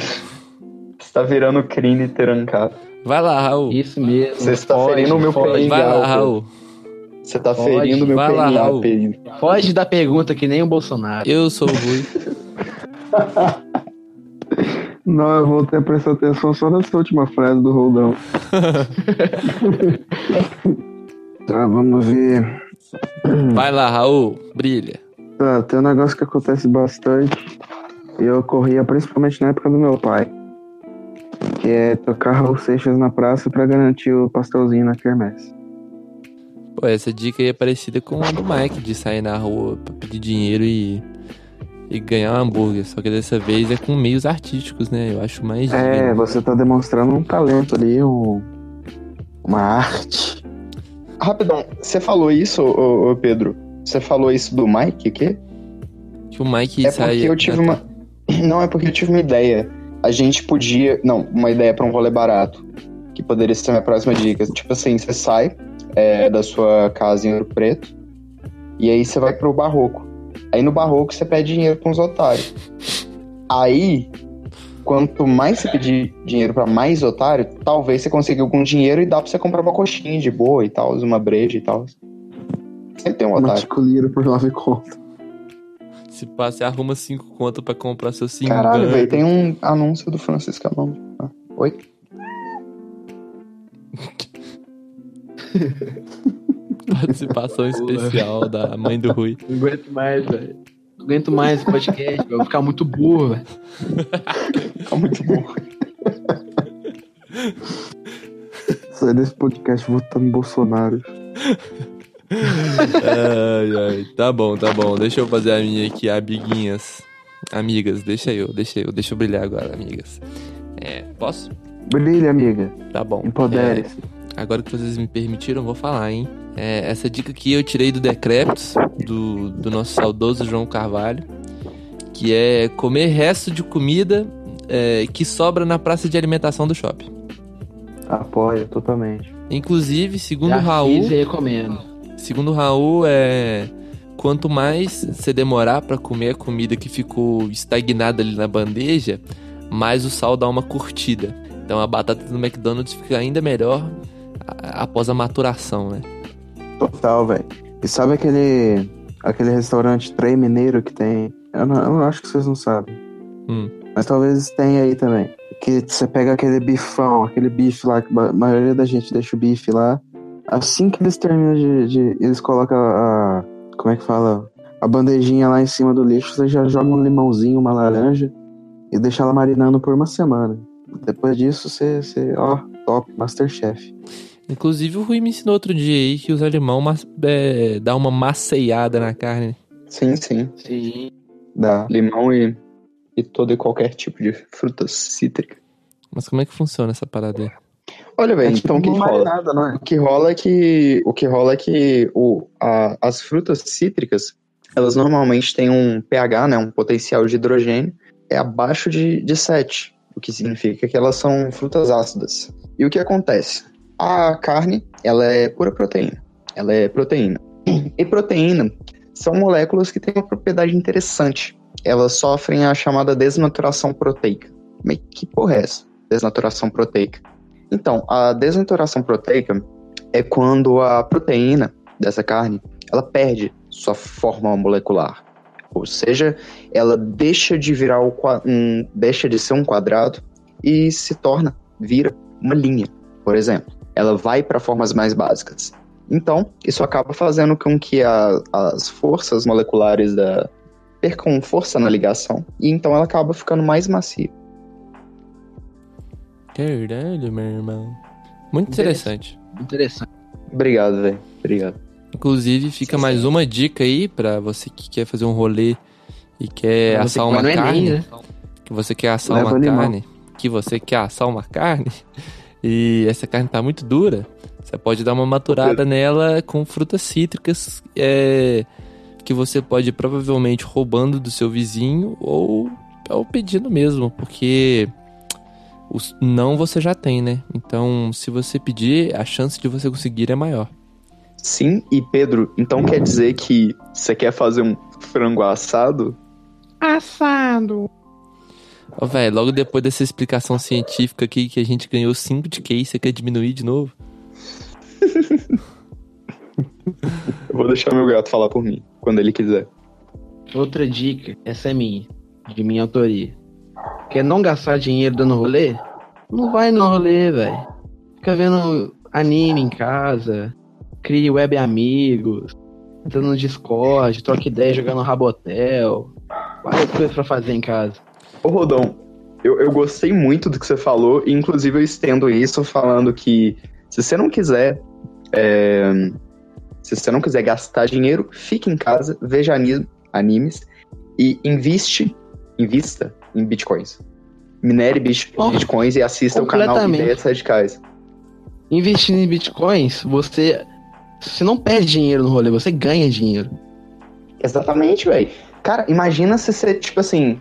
Speaker 6: Está tá virando crime ter ANCAP.
Speaker 4: Vai lá, Raul.
Speaker 5: Isso mesmo.
Speaker 6: Você está
Speaker 5: Foge,
Speaker 6: ferindo o meu
Speaker 5: foge.
Speaker 6: PNH.
Speaker 4: Vai lá,
Speaker 6: é legal,
Speaker 4: Raul.
Speaker 6: Você tá
Speaker 5: Pode,
Speaker 6: ferindo meu
Speaker 4: vai lá, Raul.
Speaker 6: PNA, Pedro.
Speaker 5: Foge da pergunta que nem o Bolsonaro.
Speaker 4: Eu sou o Rui.
Speaker 7: Não, eu vou ter prestar atenção só nessa última frase do Roldão. tá, vamos ver.
Speaker 4: Vai lá, Raul. Brilha.
Speaker 7: Tá, tem um negócio que acontece bastante e eu ocorria principalmente na época do meu pai, que é tocar Raul Seixas na praça pra garantir o pastelzinho na quermesse.
Speaker 4: Pô, essa dica aí é parecida com a do Mike, de sair na rua pra pedir dinheiro e, e ganhar um hambúrguer. Só que dessa vez é com meios artísticos, né? Eu acho mais
Speaker 7: É,
Speaker 4: digno.
Speaker 7: você tá demonstrando um talento ali, um, uma arte.
Speaker 6: Rapidão, você falou isso, ô, ô, Pedro? Você falou isso do Mike, o quê?
Speaker 4: Que Tipo, o Mike
Speaker 6: É
Speaker 4: sai.
Speaker 6: porque eu tive
Speaker 4: Ah,
Speaker 6: uma. Não, é porque eu tive uma ideia. A gente podia. Não, uma ideia pra um rolê barato. Que poderia ser a minha próxima dica. Tipo assim, você sai é, da sua casa em Ouro Preto. E aí você vai pro barroco. Aí no barroco você pede dinheiro com os otários. Aí, quanto mais você pedir dinheiro pra mais otário, talvez você consiga algum dinheiro e dá pra você comprar uma coxinha de boa e tal, uma breja e tal. Sempre tem um
Speaker 7: Uma
Speaker 6: otário.
Speaker 7: ticulira por nove conto.
Speaker 4: Se passa, você arruma cinco conto pra comprar seu cinco.
Speaker 6: Caralho, velho, tem um anúncio do Francisco Alonso.
Speaker 4: Participação especial da mãe do Rui.
Speaker 5: Não aguento mais, velho. Não aguento mais esse podcast, velho. eu vou ficar muito burro, velho.
Speaker 6: Tá muito bom.
Speaker 7: Sai desse podcast votando em Bolsonaro.
Speaker 4: Ai, ai. Tá bom, tá bom. Deixa eu fazer a minha aqui, amiguinhas. Amigas, deixa eu, deixa eu, deixa eu brilhar agora, amigas. É, posso?
Speaker 7: Brilha, amiga.
Speaker 4: Tá bom. É,
Speaker 7: Empodere-se.
Speaker 4: Agora que vocês me permitiram, eu vou falar, hein? É, essa dica aqui eu tirei do Decreptos, do, do nosso saudoso João Carvalho, que é comer resto de comida é, que sobra na praça de alimentação do shopping.
Speaker 7: Apoio totalmente.
Speaker 4: Inclusive, segundo o
Speaker 5: Já
Speaker 4: Raul,
Speaker 5: fiz e recomendo.
Speaker 4: segundo o Raul, é quanto mais você demorar pra comer a comida que ficou estagnada ali na bandeja, mais o sal dá uma curtida. Então a batata do McDonald's fica ainda melhor a- após a maturação, né?
Speaker 7: Total, velho. E sabe aquele aquele restaurante Trem Mineiro que tem? Eu não, eu não acho que vocês não sabem.
Speaker 4: Hum.
Speaker 7: Mas talvez tenha aí também. Que você pega aquele bifão, aquele bife lá, que a maioria da gente deixa o bife lá. Assim que eles terminam de. de- eles colocam a, a- Como é que fala? A bandejinha lá em cima do lixo, você já joga um limãozinho, uma laranja e deixa ela marinando por uma semana. Depois disso, você. você ó, top, Masterchef.
Speaker 4: Inclusive, o Rui me ensinou outro dia aí que os alemão mas, é, dá uma maceiada na carne.
Speaker 6: Sim, sim.
Speaker 5: Sim.
Speaker 7: Dá.
Speaker 6: Limão e, e todo e qualquer tipo de fruta cítrica.
Speaker 4: Mas como é que funciona essa parada aí?
Speaker 6: Olha, velho,
Speaker 7: É tipo
Speaker 6: então o que
Speaker 7: não vale
Speaker 6: rola?
Speaker 7: nada, não é?
Speaker 6: O que rola é que. O que rola é que o, a- as frutas cítricas, elas normalmente têm um pH, né? Um potencial de hidrogênio, é abaixo de, de 7. O que significa que elas são frutas ácidas. E o que acontece? A carne, ela é pura proteína. Ela é proteína. E proteína são moléculas que têm uma propriedade interessante, elas sofrem a chamada desnaturação proteica. Mas que porra é essa? Desnaturação proteica. Então, a desnaturação proteica é quando a proteína dessa carne, ela perde sua forma molecular. Ou seja, ela deixa de virar o qua- um, deixa de ser um quadrado e se torna, vira uma linha, por exemplo. Ela vai para formas mais básicas. Então, isso acaba fazendo com que a- as forças moleculares da, percam força na ligação e então ela acaba ficando mais macia.
Speaker 4: Caralho, meu irmão. Muito interessante.
Speaker 5: Interessante.
Speaker 6: Obrigado, velho. Obrigado.
Speaker 4: Inclusive, fica mais uma dica aí pra você que quer fazer um rolê e quer
Speaker 5: Você
Speaker 4: assar
Speaker 5: que
Speaker 4: uma
Speaker 5: vai no
Speaker 4: É carne.
Speaker 5: Enem, né?
Speaker 4: que você quer assar
Speaker 7: Leva
Speaker 4: uma
Speaker 7: animal.
Speaker 4: carne, que você quer assar uma carne e essa carne tá muito dura, você pode dar uma maturada nela com frutas cítricas é, que você pode provavelmente roubando do seu vizinho ou, ou pedindo mesmo, porque os não você já tem, né? Então, se você pedir, a chance de você conseguir é maior.
Speaker 6: Sim, e Pedro, então quer dizer que você quer fazer um frango assado?
Speaker 4: Ó, velho, logo depois dessa explicação científica aqui que a gente ganhou 5 de case, você quer diminuir de novo?
Speaker 6: Eu vou deixar meu gato falar por mim, quando ele quiser.
Speaker 5: Outra dica, essa é minha, de minha autoria. Quer não gastar dinheiro dando rolê? Não vai no rolê, velho. Fica vendo anime em casa, cria web amigos, entra no Discord, troca ideia jogando Rabotel. Várias coisas pra fazer em casa.
Speaker 6: Ô, Rodão, eu, eu gostei muito do que você falou, e inclusive eu estendo isso falando que se você não quiser. é, se você não quiser gastar dinheiro, fique em casa, veja ani- animes e investe, invista em bitcoins. Minere bit-
Speaker 5: Oh,
Speaker 6: bitcoins e assista o canal
Speaker 5: completamente.
Speaker 6: Ideias Radicais.
Speaker 5: Investindo em bitcoins, você. Você não perde dinheiro no rolê, você ganha dinheiro.
Speaker 6: Exatamente, velho. Cara, imagina se você, tipo assim,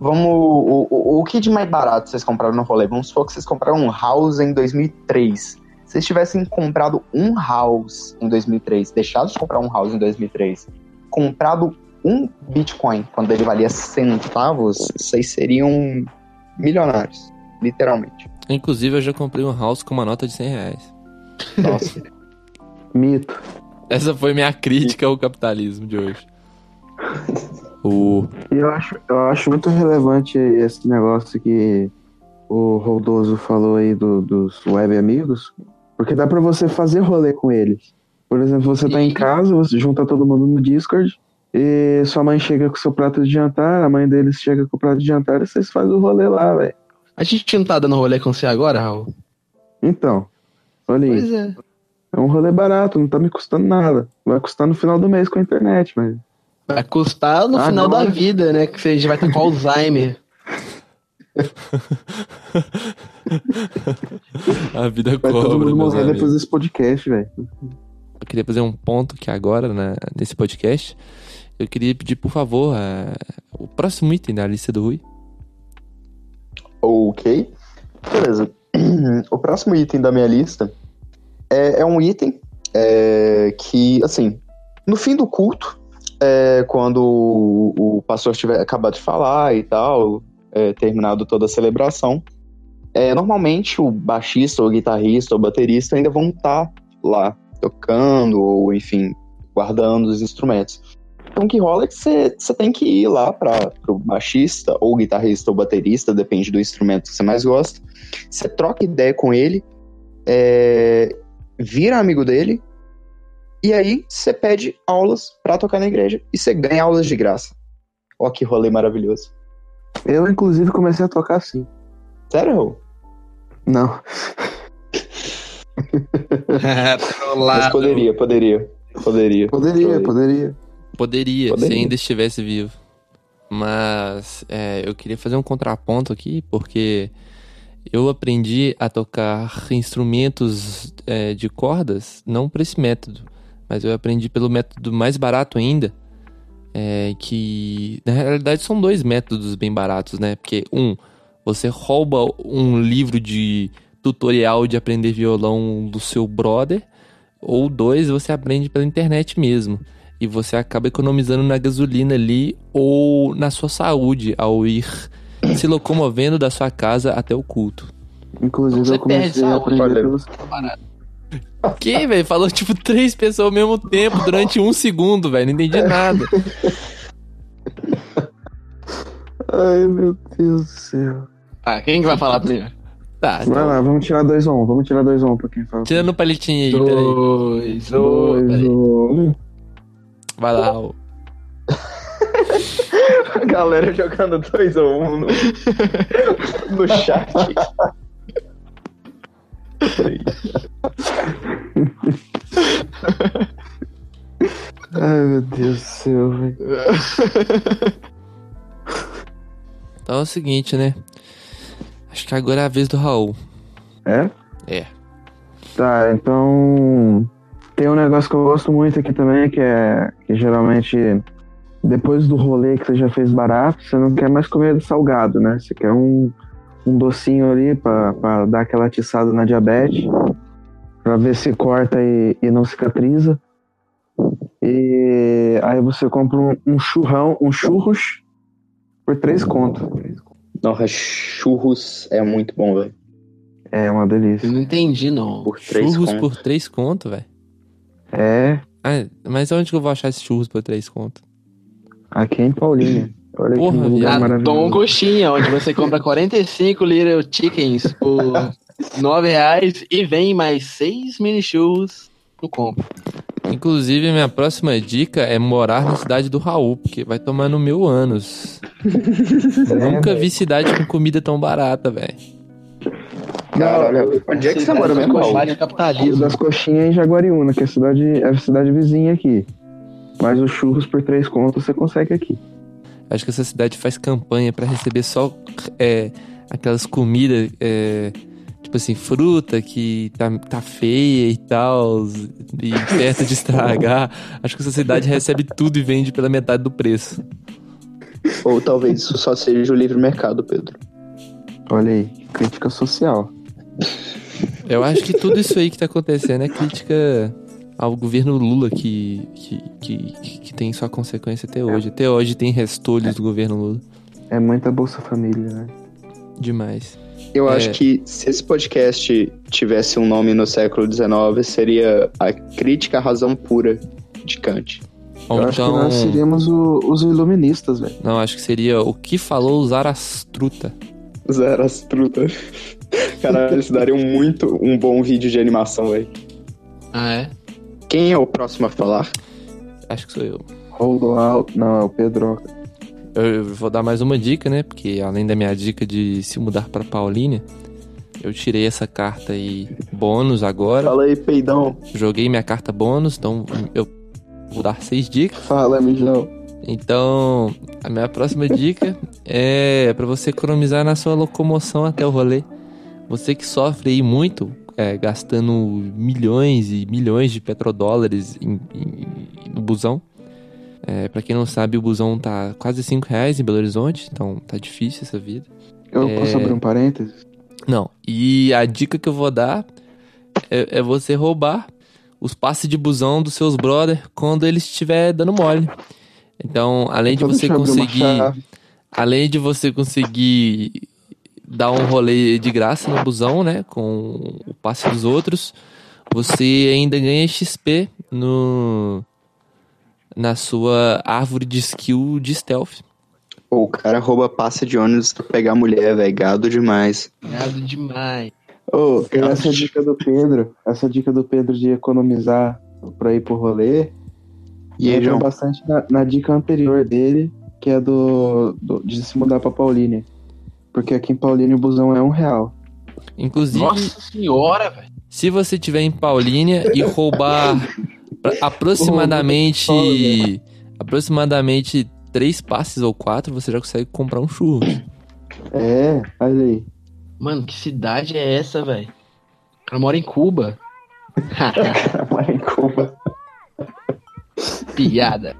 Speaker 6: vamos. O, o, o que de mais barato vocês compraram no rolê? Vamos supor que vocês compraram um house em 2003. Se vocês tivessem comprado um house em 2003, deixado de comprar um house em 2003, comprado um Bitcoin quando ele valia centavos, vocês seriam milionários, literalmente.
Speaker 4: Inclusive, eu já comprei um house com uma nota de 100 reais.
Speaker 6: Nossa.
Speaker 7: Mito.
Speaker 4: Essa foi minha crítica ao capitalismo de hoje. O...
Speaker 7: E Eu acho, eu acho muito relevante esse negócio que o Roldoso falou aí do- dos web amigos, porque dá pra você fazer rolê com eles. Por exemplo, você tá em casa, você junta todo mundo no Discord, e sua mãe chega com seu prato de jantar, a mãe deles chega com o prato de jantar e vocês fazem o rolê lá, velho.
Speaker 5: A gente não tá dando rolê com você agora, Raul?
Speaker 7: Então, olha aí.
Speaker 5: Pois é.
Speaker 7: É um rolê barato, não tá me custando nada. Vai custar no final do mês com a internet, mas.
Speaker 5: Vai custar no
Speaker 7: Ah,
Speaker 5: final
Speaker 7: não.
Speaker 5: da vida, né? Que você já vai estar com Alzheimer.
Speaker 4: A vida
Speaker 7: Vai todo
Speaker 4: cobra,
Speaker 7: mundo
Speaker 4: meus
Speaker 7: morrer depois
Speaker 4: amigos.
Speaker 7: desse podcast, velho.
Speaker 4: Eu queria fazer um ponto aqui agora, na- nesse podcast. Eu queria pedir, por favor, a- o próximo item da lista do Rui.
Speaker 6: Ok. Beleza. O próximo item da minha lista é, é um item é, que, assim, no fim do culto, é, quando o, o pastor tiver acabado de falar e tal, é, terminado toda a celebração, é, normalmente o baixista, ou guitarrista, ou baterista ainda vão estar lá tocando, ou enfim, guardando os instrumentos. Então o que rola é que você você tem que ir lá para o baixista, ou guitarrista, ou baterista, depende do instrumento que você mais gosta. Você troca ideia com ele, é, vira amigo dele, e aí você pede aulas para tocar na igreja, e você ganha aulas de graça. Ó, que rolê maravilhoso.
Speaker 7: Eu, inclusive, comecei a tocar assim.
Speaker 6: Sério, Raul?
Speaker 7: Não.
Speaker 6: Mas poderia, poderia, poderia.
Speaker 7: Poderia,
Speaker 6: Poderia.
Speaker 7: poderia.
Speaker 4: Poderia,
Speaker 6: Poderia.
Speaker 4: se ainda estivesse vivo. Mas é, eu queria fazer um contraponto aqui, porque eu aprendi a tocar instrumentos é, de cordas, não por esse método, mas eu aprendi pelo método mais barato ainda, é, que na realidade são dois métodos bem baratos, né? Porque um, você rouba um livro de tutorial de aprender violão do seu brother, ou dois, você aprende pela internet mesmo. E você acaba economizando na gasolina ali ou na sua saúde ao ir se locomovendo da sua casa até o culto.
Speaker 7: Inclusive,
Speaker 5: Você
Speaker 7: eu comecei
Speaker 5: perde
Speaker 7: a
Speaker 5: saúde,
Speaker 7: aprender
Speaker 6: olha.
Speaker 7: pelos.
Speaker 4: Que, velho? Falou tipo três pessoas ao mesmo tempo durante um segundo, velho. Não entendi nada.
Speaker 7: Ai, meu Deus do céu.
Speaker 5: Tá, quem que vai falar primeiro?
Speaker 4: Tá,
Speaker 7: Vai lá, vamos tirar dois a um. Vamos tirar dois a um pra quem fala.
Speaker 4: tirando o palitinho aí, peraí.
Speaker 5: Dois, dois.
Speaker 7: dois a um.
Speaker 4: Vai lá, ô.
Speaker 6: A galera jogando 2x1 no, no chat.
Speaker 7: Ai, meu Deus do céu, velho.
Speaker 4: Então é o seguinte, né? Acho que agora é a vez do Raul.
Speaker 7: É?
Speaker 4: É.
Speaker 7: Tá, então. Tem um negócio que eu gosto muito aqui também, que é. Que geralmente. Depois do rolê que você já fez barato, você não quer mais comer salgado, né? Você quer um, um docinho ali pra, pra dar aquela atiçada na diabetes. Pra ver se corta e, e não cicatriza. E aí você compra um, um churrão, um churros por três conto.
Speaker 6: Nossa, churros é muito bom, velho.
Speaker 7: É uma
Speaker 5: Eu
Speaker 7: delícia.
Speaker 5: não entendi, não.
Speaker 6: Por três
Speaker 4: Churros
Speaker 6: conto.
Speaker 4: por três conto, velho.
Speaker 7: É,
Speaker 4: Ah, mas onde que eu vou achar esses churros por três conto?
Speaker 7: aqui é em Paulínia. Olha que
Speaker 4: Porra,
Speaker 7: lugar
Speaker 4: viado. um
Speaker 5: Na Dom
Speaker 7: é maravilhoso.
Speaker 5: Coxinha, onde você compra 45 little chickens por 9 reais e vem mais 6 mini shoes no combo.
Speaker 4: Inclusive, minha próxima dica é morar na cidade do Raul, porque vai tomar no meu anos.
Speaker 7: É,
Speaker 4: Nunca vi cidade com comida tão barata, velho.
Speaker 6: Caralho, onde é que você mora mesmo, Raul?
Speaker 5: Combate ao
Speaker 7: Rio
Speaker 5: capitalismo.
Speaker 7: das Coxinhas é em Jaguariúna, que é a cidade, é a cidade vizinha aqui. Mas os churros por três contos você consegue aqui.
Speaker 4: Acho que essa cidade faz campanha pra receber só é, aquelas comidas, é, tipo assim, fruta que tá, tá feia e tal, e perto de estragar. Acho que essa cidade recebe tudo e vende pela metade do preço.
Speaker 6: Ou talvez isso só seja o livre mercado, Pedro.
Speaker 7: Olha aí, crítica social.
Speaker 4: Eu acho que tudo isso aí que tá acontecendo é crítica ao governo Lula, que, que, que, que tem sua consequência até hoje. Até hoje tem restolhos do governo Lula.
Speaker 7: É muita Bolsa Família, né?
Speaker 4: Demais.
Speaker 6: Eu
Speaker 4: É.
Speaker 6: acho que se esse podcast tivesse um nome no século XIX, seria a crítica à razão pura de Kant.
Speaker 4: Ou
Speaker 7: Eu acho que
Speaker 4: então.
Speaker 7: nós seríamos o- os iluministas, velho.
Speaker 4: Não, acho que seria o que falou Zarastruta.
Speaker 6: Zarastruta. Caralho, eles dariam muito um bom vídeo de animação, velho.
Speaker 5: Ah, é?
Speaker 6: Quem é o próximo a falar?
Speaker 4: Acho que sou eu.
Speaker 7: Hold out. Não, é o Pedro.
Speaker 4: Eu- Eu vou dar mais uma dica, né? Porque além da minha dica de se mudar pra Paulínia, eu tirei essa carta aí bônus agora.
Speaker 6: Fala aí, peidão.
Speaker 4: Joguei minha carta bônus, então eu vou dar seis dicas.
Speaker 7: Fala, Mijão.
Speaker 4: Então, a minha próxima dica é pra você economizar na sua locomoção até o rolê. Você que sofre aí muito, é, gastando milhões e milhões de petrodólares em- em- no busão. É, para quem não sabe, o busão tá quase 5 reais em Belo Horizonte, então tá difícil essa vida.
Speaker 7: Eu posso
Speaker 4: É.
Speaker 7: abrir um parênteses?
Speaker 4: Não. E a dica que eu vou dar é, é você roubar os passes de busão dos seus brother quando eles estiver dando mole. Então, além de
Speaker 7: Só
Speaker 4: você
Speaker 7: deixa eu abrir uma
Speaker 4: conseguir,
Speaker 7: chave.
Speaker 4: além de você conseguir dar um rolê de graça no busão, né, com o passe dos outros, você ainda ganha XP no na sua árvore de skill de stealth.
Speaker 6: Pô, o cara rouba passa de ônibus pra pegar mulher, velho. Gado demais.
Speaker 5: Nada demais.
Speaker 7: Ô, essa é dica do Pedro, essa é dica do Pedro de economizar pra ir pro rolê,
Speaker 6: E aí,
Speaker 7: entra
Speaker 6: João?
Speaker 7: bastante na, na dica anterior dele, que é do, do- de se mudar pra Paulínia. Porque aqui em Paulínia o busão é um real.
Speaker 4: Inclusive,
Speaker 5: Nossa senhora, velho.
Speaker 4: Se você tiver em Paulínia e roubar pra- aproximadamente
Speaker 7: Porra, muito
Speaker 4: aproximadamente três passes ou quatro, você já consegue comprar um churro.
Speaker 7: É, olha aí.
Speaker 5: Mano, que cidade é essa, velho? O cara mora em Cuba. Piada.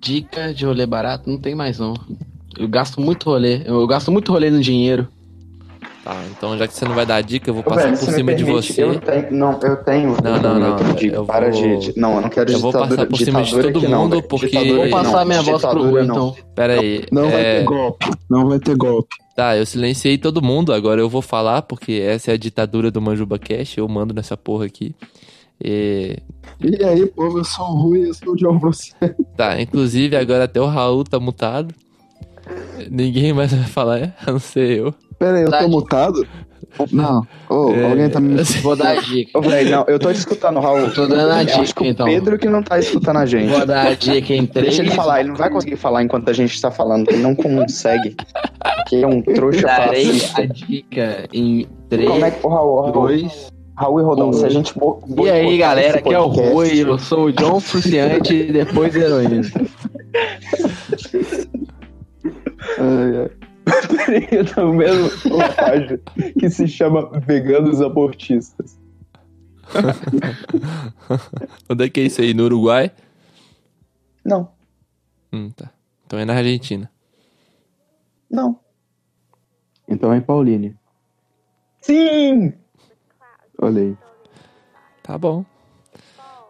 Speaker 5: Dica de rolê barato, não tem mais não. Eu gasto muito rolê, eu gasto muito rolê no dinheiro.
Speaker 4: Tá, então já que você não vai dar a dica, eu vou
Speaker 6: Ô,
Speaker 4: passar
Speaker 6: velho,
Speaker 4: por
Speaker 6: se me
Speaker 4: cima de
Speaker 6: permite,
Speaker 4: você.
Speaker 6: Eu tenho, não, eu tenho.
Speaker 4: Não, não, não,
Speaker 6: Eu tenho,
Speaker 4: eu
Speaker 6: para
Speaker 4: vou-
Speaker 6: de, de- Não, eu não quero
Speaker 4: eu vou
Speaker 6: ditadura-
Speaker 4: passar por cima de
Speaker 6: ditadura
Speaker 4: todo
Speaker 6: aqui não,
Speaker 4: mundo,
Speaker 6: velho.
Speaker 4: porque-
Speaker 6: Ditadura
Speaker 5: Vou
Speaker 6: aqui
Speaker 5: passar
Speaker 6: não,
Speaker 5: minha voz pro
Speaker 6: ditadura
Speaker 5: Rui,
Speaker 6: não.
Speaker 5: então.
Speaker 4: Pera aí.
Speaker 9: Não vai
Speaker 4: é,
Speaker 9: ter golpe. Não vai ter golpe.
Speaker 4: Tá, eu silenciei todo mundo, agora eu vou falar, porque essa é a ditadura do Manjuba Cash, eu mando nessa porra aqui. É,
Speaker 9: E aí, povo, eu sou o Rui, eu sou o John Brossi.
Speaker 4: Tá, inclusive agora até o Raul tá mutado. Ninguém mais vai falar, é? a não ser eu.
Speaker 9: Pera aí, eu tô
Speaker 5: Verdade.
Speaker 9: mutado? Não. Ô,
Speaker 4: É,
Speaker 9: alguém tá me.
Speaker 5: Vou dar a dica.
Speaker 6: Ô, velho, não, eu tô te escutando, Raul.
Speaker 5: Tô dando
Speaker 6: Eu
Speaker 5: a
Speaker 6: acho
Speaker 5: dica,
Speaker 6: que o
Speaker 5: então.
Speaker 6: Pedro que não tá escutando a gente.
Speaker 5: Vou dar a dica em três.
Speaker 6: Deixa ele falar, ele não vai conseguir falar enquanto a gente tá falando, ele não consegue. Porque ele é um trouxa
Speaker 5: Darei a
Speaker 6: fascista.
Speaker 5: dica em
Speaker 6: Como é
Speaker 5: 3,
Speaker 6: que. Ô, Raul, Raul,
Speaker 5: 2.
Speaker 6: Raul e Rodão, se a gente. bo-
Speaker 5: E
Speaker 6: boicotar
Speaker 5: aí,
Speaker 6: esse
Speaker 5: galera, aqui é o
Speaker 6: podcast-
Speaker 5: Rui. Eu sou o John Fruciante e depois heroína.
Speaker 9: Ai, ai.
Speaker 6: Eu tô vendo uma página que se chama Veganos Abortistas.
Speaker 4: Onde é que é isso aí? No Uruguai?
Speaker 6: Não,
Speaker 4: Hum, tá. Então é na Argentina.
Speaker 6: não.
Speaker 9: Então é Pauline.
Speaker 6: Sim!
Speaker 9: Olha aí.
Speaker 4: Tá bom.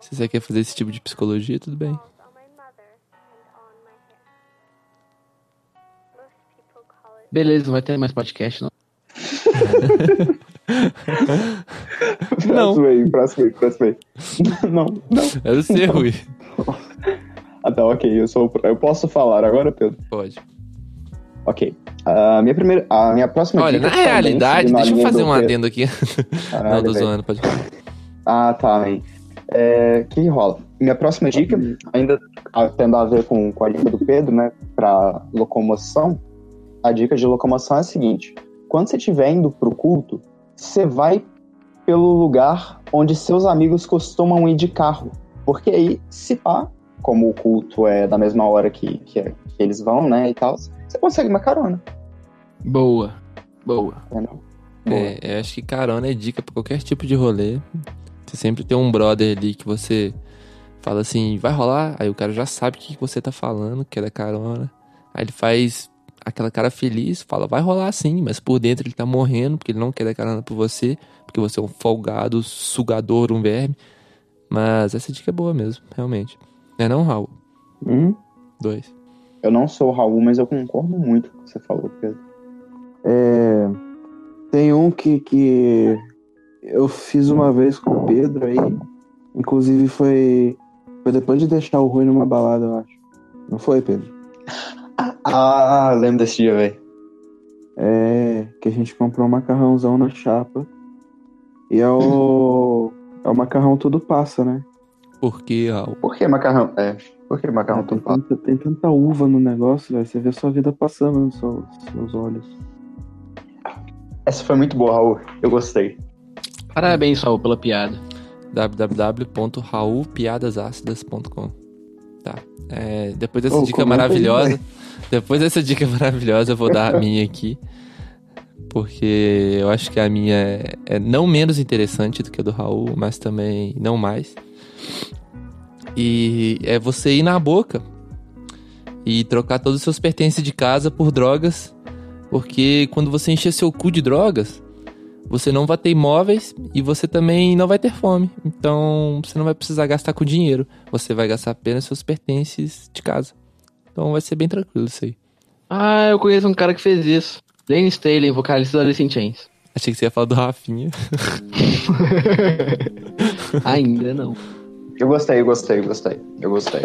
Speaker 4: Se você quer fazer esse tipo de psicologia, tudo bem.
Speaker 10: falls on my mother and on my hair. Most people call it
Speaker 5: Beleza, não vai ter mais podcast, não.
Speaker 4: Não.
Speaker 6: Próximo aí, próximo aí, próximo aí. Não, não.
Speaker 4: Era o seu, Rui.
Speaker 6: Ah, tá, ok. Eu, sou, o pro- eu posso falar agora, Pedro?
Speaker 4: Pode.
Speaker 6: Ok. A minha primeira. A minha próxima
Speaker 4: Olha,
Speaker 6: dica é
Speaker 4: na
Speaker 6: também,
Speaker 4: realidade,
Speaker 6: seguindo a
Speaker 4: deixa eu
Speaker 6: linha
Speaker 4: fazer
Speaker 6: do
Speaker 4: um
Speaker 6: Pedro.
Speaker 4: adendo aqui.
Speaker 6: Caralho,
Speaker 4: Não, tô
Speaker 6: velho.
Speaker 4: zoando, pode falar.
Speaker 6: Ah, tá, hein. É, que rola? Minha próxima dica, ainda a- tendo a ver com, com a dica do Pedro, né, pra locomoção, a dica de locomoção é a seguinte: quando você estiver indo pro culto, você vai pelo lugar onde seus amigos costumam ir de carro. Porque aí, se pá, como o culto é da mesma hora que, que, é- que eles vão, né, e tal, você consegue uma carona,
Speaker 5: Boa. Boa.
Speaker 6: entendeu?
Speaker 4: É, eu acho que carona é dica pra qualquer tipo de rolê. Você sempre tem um brother ali que você fala assim, vai rolar, aí o cara já sabe o que que você tá falando, que é da carona. Aí ele faz aquela cara feliz, fala, vai rolar sim, mas por dentro ele tá morrendo, porque ele não quer dar carona pra você, porque você é um folgado, sugador, um verme. Mas essa dica é boa mesmo, realmente. Não é não, Raul?
Speaker 6: Hum?
Speaker 4: Dois.
Speaker 6: Eu não sou o Raul, mas eu concordo muito com o que você falou, Pedro.
Speaker 9: É, tem um que, que eu fiz uma vez com o Pedro aí. Inclusive foi, foi depois de deixar o Rui numa balada, eu acho. Não foi, Pedro?
Speaker 6: Ah, lembro desse dia, velho.
Speaker 9: É que a gente comprou um macarrãozão na chapa. E é o. É o macarrão todo passa, né?
Speaker 4: Por que, Raul?
Speaker 6: Por que macarrão? É, por que macarrão
Speaker 9: tem,
Speaker 6: todo pato?
Speaker 9: tanta, tem tanta uva no negócio, velho. Você vê sua vida passando nos seus, seus olhos.
Speaker 6: Essa foi muito boa, Raul. Eu gostei.
Speaker 5: Parabéns, Saul, pela piada.
Speaker 4: www.raulpiadasácidas.com Tá. É, depois dessa
Speaker 9: Ô,
Speaker 4: dica
Speaker 9: comenta aí,
Speaker 4: maravilhosa, depois dessa dica maravilhosa, eu vou dar a minha aqui. Porque eu acho que a minha é, é não menos interessante do que a do Raul, mas também não mais. E é você ir na boca e trocar todos os seus pertences de casa por drogas. Porque quando você encher seu cu de drogas, você não vai ter imóveis e você também não vai ter fome. Então você não vai precisar gastar com dinheiro. Você vai gastar apenas seus pertences de casa. Então vai ser bem tranquilo isso aí.
Speaker 5: Ah, eu conheço um cara que fez isso. Dennis Taylor, vocalista do Alice in Chains.
Speaker 4: Achei que você ia falar do Rafinha.
Speaker 5: Ainda não.
Speaker 6: Eu gostei, eu gostei, eu gostei. Eu gostei.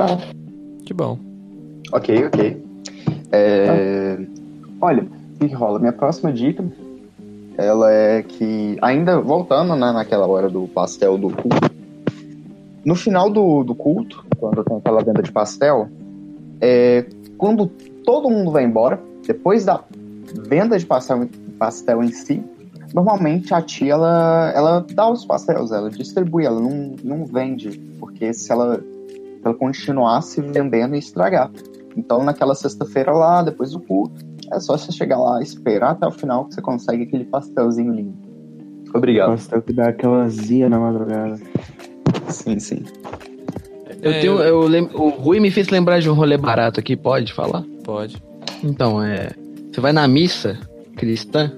Speaker 4: Que bom.
Speaker 6: Ok, ok. É, Olha, o que que rola? Minha próxima dica, ela é que, ainda voltando né, naquela hora do pastel do culto, no final do, do culto, quando tem aquela venda de pastel, é, quando todo mundo vai embora, depois da venda de pastel, pastel em si, normalmente a tia, ela, ela dá os pastéis, ela distribui, ela não, não vende, porque se ela, se ela continuasse vendendo e estragar. Então, naquela sexta-feira lá, depois do culto, é só você chegar lá, esperar até o final que você consegue aquele pastelzinho lindo. Obrigado.
Speaker 9: Pastel que dá aquela zia na madrugada.
Speaker 6: Sim, sim.
Speaker 5: Eu
Speaker 4: É,
Speaker 5: tenho, eu lem- O Rui me fez lembrar de um rolê barato aqui, pode falar?
Speaker 4: Pode.
Speaker 5: Então, é. Você vai na missa cristã,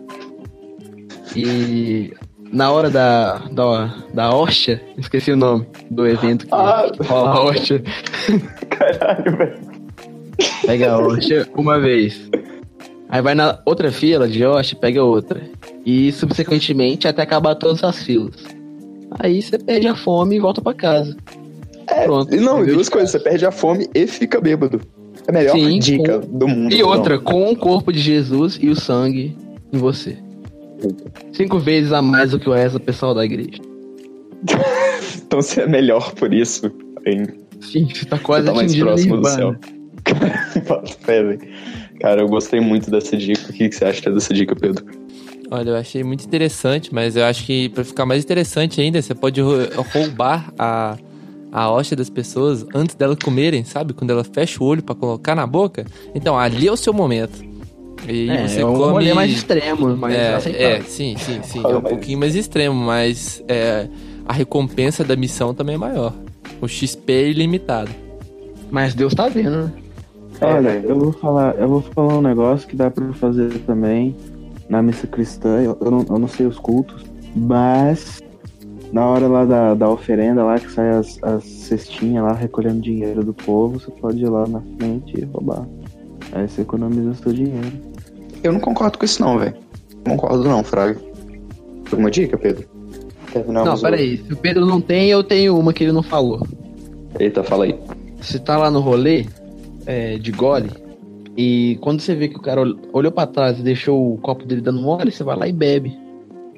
Speaker 5: E na hora da, da, da Orcha, esqueci o nome do evento que
Speaker 6: Ah.
Speaker 5: rola a Orcha.
Speaker 6: Caralho, velho.
Speaker 5: Pega a Orcha uma vez. Aí vai na outra fila de Orcha, pega outra. E subsequentemente até acabar todas as filas. Aí você perde a fome e volta pra casa. Pronto.
Speaker 6: É, E Não, e
Speaker 5: entendeu?
Speaker 6: duas coisas. Você perde a fome e fica bêbado. É a melhor
Speaker 5: Sim,
Speaker 6: dica do mundo. então.
Speaker 5: E outra, com o corpo de Jesus e o sangue em você. Cinco vezes a mais do que o resto do pessoal da igreja.
Speaker 6: Então você é melhor por isso, hein?
Speaker 5: Sim, você tá
Speaker 6: Você
Speaker 5: quase
Speaker 6: tá mais
Speaker 5: atingindo
Speaker 6: próximo do
Speaker 5: Nirvana.
Speaker 6: céu. Cara, bota fé, velho. Cara, eu gostei muito dessa dica. O que que você acha dessa dica, Pedro?
Speaker 4: Olha, eu achei muito interessante, mas eu acho que pra ficar mais interessante ainda, você pode rou- roubar a, a hosta das pessoas antes delas comerem, sabe? Quando ela fecha o olho pra colocar na boca. Então, ali é o seu momento. E
Speaker 5: É,
Speaker 4: você
Speaker 5: é um
Speaker 4: come.
Speaker 5: rolê mais extremo, mas
Speaker 4: é, é,
Speaker 5: aceitável.
Speaker 4: sim, sim, sim.
Speaker 6: Ah,
Speaker 4: É um
Speaker 6: mas-
Speaker 4: pouquinho mais extremo, mas é, a recompensa da missão também é maior. O XP é ilimitado.
Speaker 5: Mas Deus tá vendo, né?
Speaker 9: Olha, eu vou falar, eu vou falar um negócio que dá pra fazer também na missa cristã. Eu, eu não, eu não sei os cultos, mas na hora lá da, da oferenda lá que sai as, as cestinhas lá recolhendo dinheiro do povo, você pode ir lá na frente e roubar. Aí você economiza o seu dinheiro.
Speaker 8: Eu não concordo com isso, não, velho. Não concordo, não, Fraga.
Speaker 6: Alguma dica, Pedro?
Speaker 5: Não,
Speaker 6: Terminamos
Speaker 5: peraí. Se o Pedro não tem, eu tenho uma que ele não falou.
Speaker 6: o- Eita, fala aí.
Speaker 5: Você tá lá no rolê é, de gole, e quando você vê que o cara ol- olhou pra trás e deixou o copo dele dando mole, você vai lá e bebe.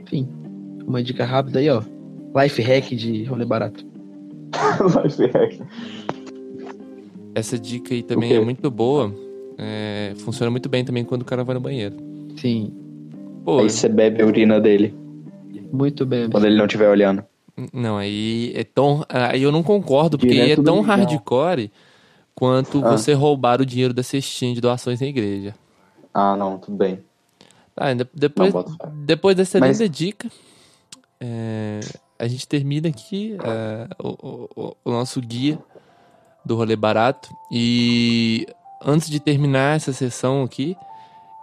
Speaker 5: Enfim, uma dica rápida aí, ó. Life hack de rolê barato.
Speaker 6: Life hack.
Speaker 4: Essa dica aí também
Speaker 6: O quê?
Speaker 4: é muito boa. É, funciona muito bem também quando o cara vai no banheiro.
Speaker 5: Sim,
Speaker 4: Pô,
Speaker 6: Aí você bebe a urina dele,
Speaker 5: muito bem.
Speaker 6: quando ele não estiver olhando.
Speaker 4: Não, aí é tão. Aí eu não concordo, porque aí é
Speaker 9: Direto do
Speaker 4: tão
Speaker 9: milhão.
Speaker 4: hardcore quanto
Speaker 6: Ah.
Speaker 4: você roubar o dinheiro da cestinha de doações na igreja.
Speaker 6: Ah, não, tudo bem.
Speaker 4: Tá, ainda- depois,
Speaker 6: Não, bota fé.
Speaker 4: depois dessa
Speaker 6: Mas-
Speaker 4: linda dica, é, a gente termina aqui é, o, o- o nosso guia do rolê barato. E antes de terminar essa sessão aqui,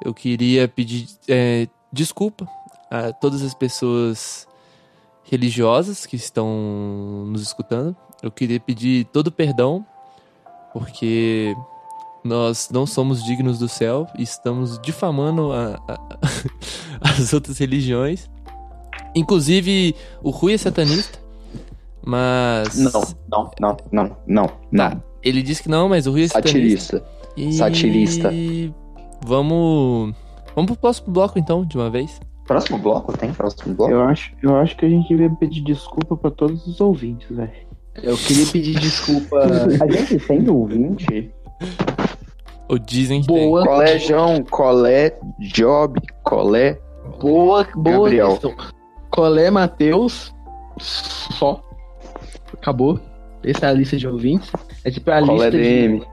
Speaker 4: eu queria pedir é, desculpa a todas as pessoas religiosas que estão nos escutando. Eu queria pedir todo perdão, porque nós não somos dignos do céu e estamos difamando a- a- as outras religiões. Inclusive, o Rui é satanista, mas.
Speaker 6: Não, não, não, não, não, não.
Speaker 4: Ele disse que não, mas o Rui
Speaker 5: Tá,
Speaker 4: é satanista.
Speaker 6: Satirista.
Speaker 4: E
Speaker 6: Satirista.
Speaker 4: Vamos. Vamos pro próximo bloco então, de uma vez.
Speaker 6: Próximo bloco? Tem próximo bloco?
Speaker 9: Eu acho, eu acho que a gente devia pedir desculpa pra todos os ouvintes, velho.
Speaker 5: Eu queria pedir desculpa
Speaker 6: A gente tem ouvinte?
Speaker 4: Ou dizem que
Speaker 5: boa,
Speaker 8: Colé, João, colé, Job, colé.
Speaker 5: boa, boa
Speaker 8: Gabriel.
Speaker 5: questão. Colé Matheus, só. Acabou. Essa é a lista de ouvintes. É tipo a
Speaker 6: Colé
Speaker 5: lista de-
Speaker 6: DM.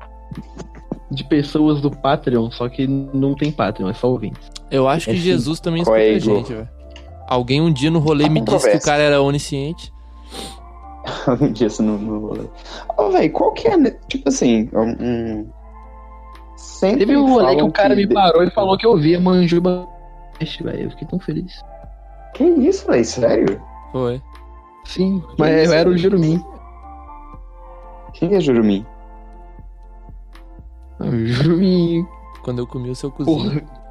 Speaker 5: de pessoas do Patreon, só que não tem Patreon, é só ouvintes.
Speaker 4: tem. Eu acho que
Speaker 6: Esse
Speaker 4: Jesus também escuta a
Speaker 6: coelho.
Speaker 4: gente, velho. Alguém um dia no
Speaker 6: Tá
Speaker 4: rolê me disse que o
Speaker 6: Controvérsia.
Speaker 4: cara era onisciente.
Speaker 6: Além disso, não, não vou ler. Ô, velho, qual que é, né? tipo assim, um... um- Sempre
Speaker 5: Teve um rolê que
Speaker 6: falam
Speaker 5: o cara me
Speaker 6: de-
Speaker 5: parou e falou que eu via Manjuba Cast, velho. Eu fiquei tão feliz.
Speaker 6: Que isso, velho? Sério?
Speaker 4: Foi.
Speaker 5: Sim,
Speaker 6: Que
Speaker 5: mas
Speaker 6: isso?
Speaker 5: eu era o Jurumim.
Speaker 6: Quem é Jurumim?
Speaker 5: Ah, o Jurumim,
Speaker 4: Quando eu comi o seu cozinho.
Speaker 5: porra.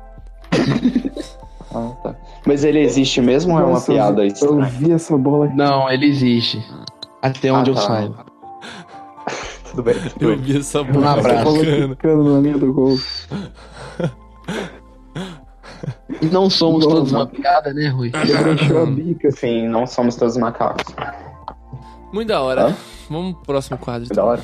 Speaker 6: Ah, tá. Mas ele existe mesmo ou é uma
Speaker 9: Nossa, eu-
Speaker 6: piada
Speaker 9: Eu
Speaker 6: estranha?
Speaker 9: vi essa bola aqui.
Speaker 5: Não, ele existe. Até onde eu
Speaker 6: tá.
Speaker 5: saiba. Um
Speaker 6: Tudo bem.
Speaker 4: Eu vi essa bola.
Speaker 5: abraço.
Speaker 9: Bola
Speaker 4: bacana.
Speaker 9: quicando na linha do gol.
Speaker 5: E não somos
Speaker 9: Não,
Speaker 5: todos
Speaker 9: não.
Speaker 5: uma piada, né, Rui?
Speaker 7: É.
Speaker 9: Quebrou a bica.
Speaker 6: Enfim, não somos todos macacos.
Speaker 4: Muito da hora.
Speaker 6: Hã?
Speaker 4: Vamos pro próximo quadro.
Speaker 6: Que da hora.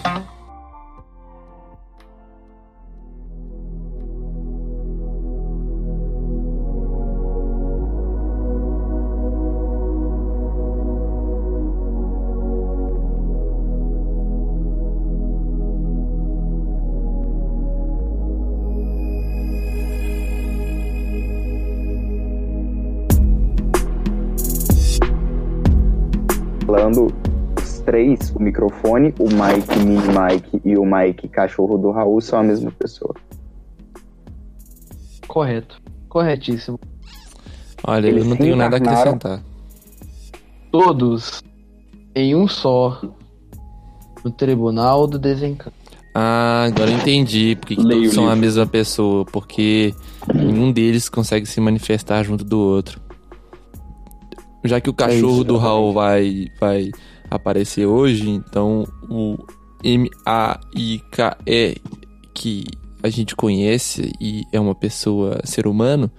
Speaker 6: Falando os três, o microfone, o Mike Mini Mike e o Mike Cachorro do Raul são a mesma pessoa.
Speaker 5: Correto. Corretíssimo.
Speaker 4: Olha, eu
Speaker 9: Eles
Speaker 4: não tenho nada a
Speaker 9: reencarnaram.
Speaker 4: acrescentar.
Speaker 5: Todos em um só no Tribunal do Desencanto.
Speaker 4: Ah, agora eu entendi porque que
Speaker 6: Leia
Speaker 4: todos
Speaker 6: o
Speaker 4: são a
Speaker 6: livro.
Speaker 4: mesma pessoa. Porque nenhum deles consegue se manifestar junto do outro. Já
Speaker 6: É
Speaker 4: que o cachorro
Speaker 9: isso,
Speaker 4: do Raul vai, vai aparecer hoje, então o M-A-I-K-E que a gente conhece e é uma pessoa, ser humano,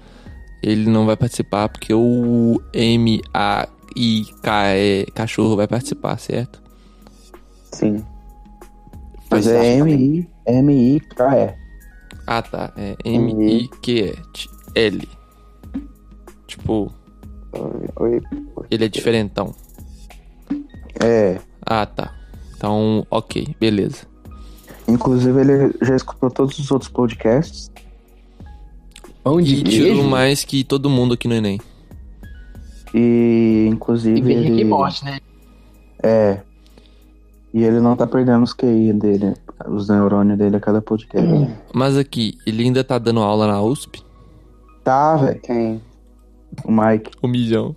Speaker 4: ele não vai participar porque o M-A-I-K-E cachorro vai participar, certo?
Speaker 6: Sim.
Speaker 9: Mas é M-I, M-I-K-E.
Speaker 4: Ah, tá. É M-I-Q-E-L. Tipo,
Speaker 6: Oi.
Speaker 4: ele é diferentão.
Speaker 9: É.
Speaker 4: Ah, tá. Então, ok, beleza.
Speaker 9: Inclusive, ele já escutou todos os outros podcasts.
Speaker 5: Pão
Speaker 4: E tirou mais que todo mundo aqui no Enem.
Speaker 9: E, inclusive.
Speaker 5: E vem
Speaker 9: ele...
Speaker 5: Rick e Morty, né?
Speaker 9: É. E ele não tá perdendo os QI dele, os neurônios dele a cada podcast.
Speaker 4: Mas aqui, ele ainda tá dando aula na USP?
Speaker 9: Tá, velho.
Speaker 6: Quem?
Speaker 9: O Mike.
Speaker 4: O milhão.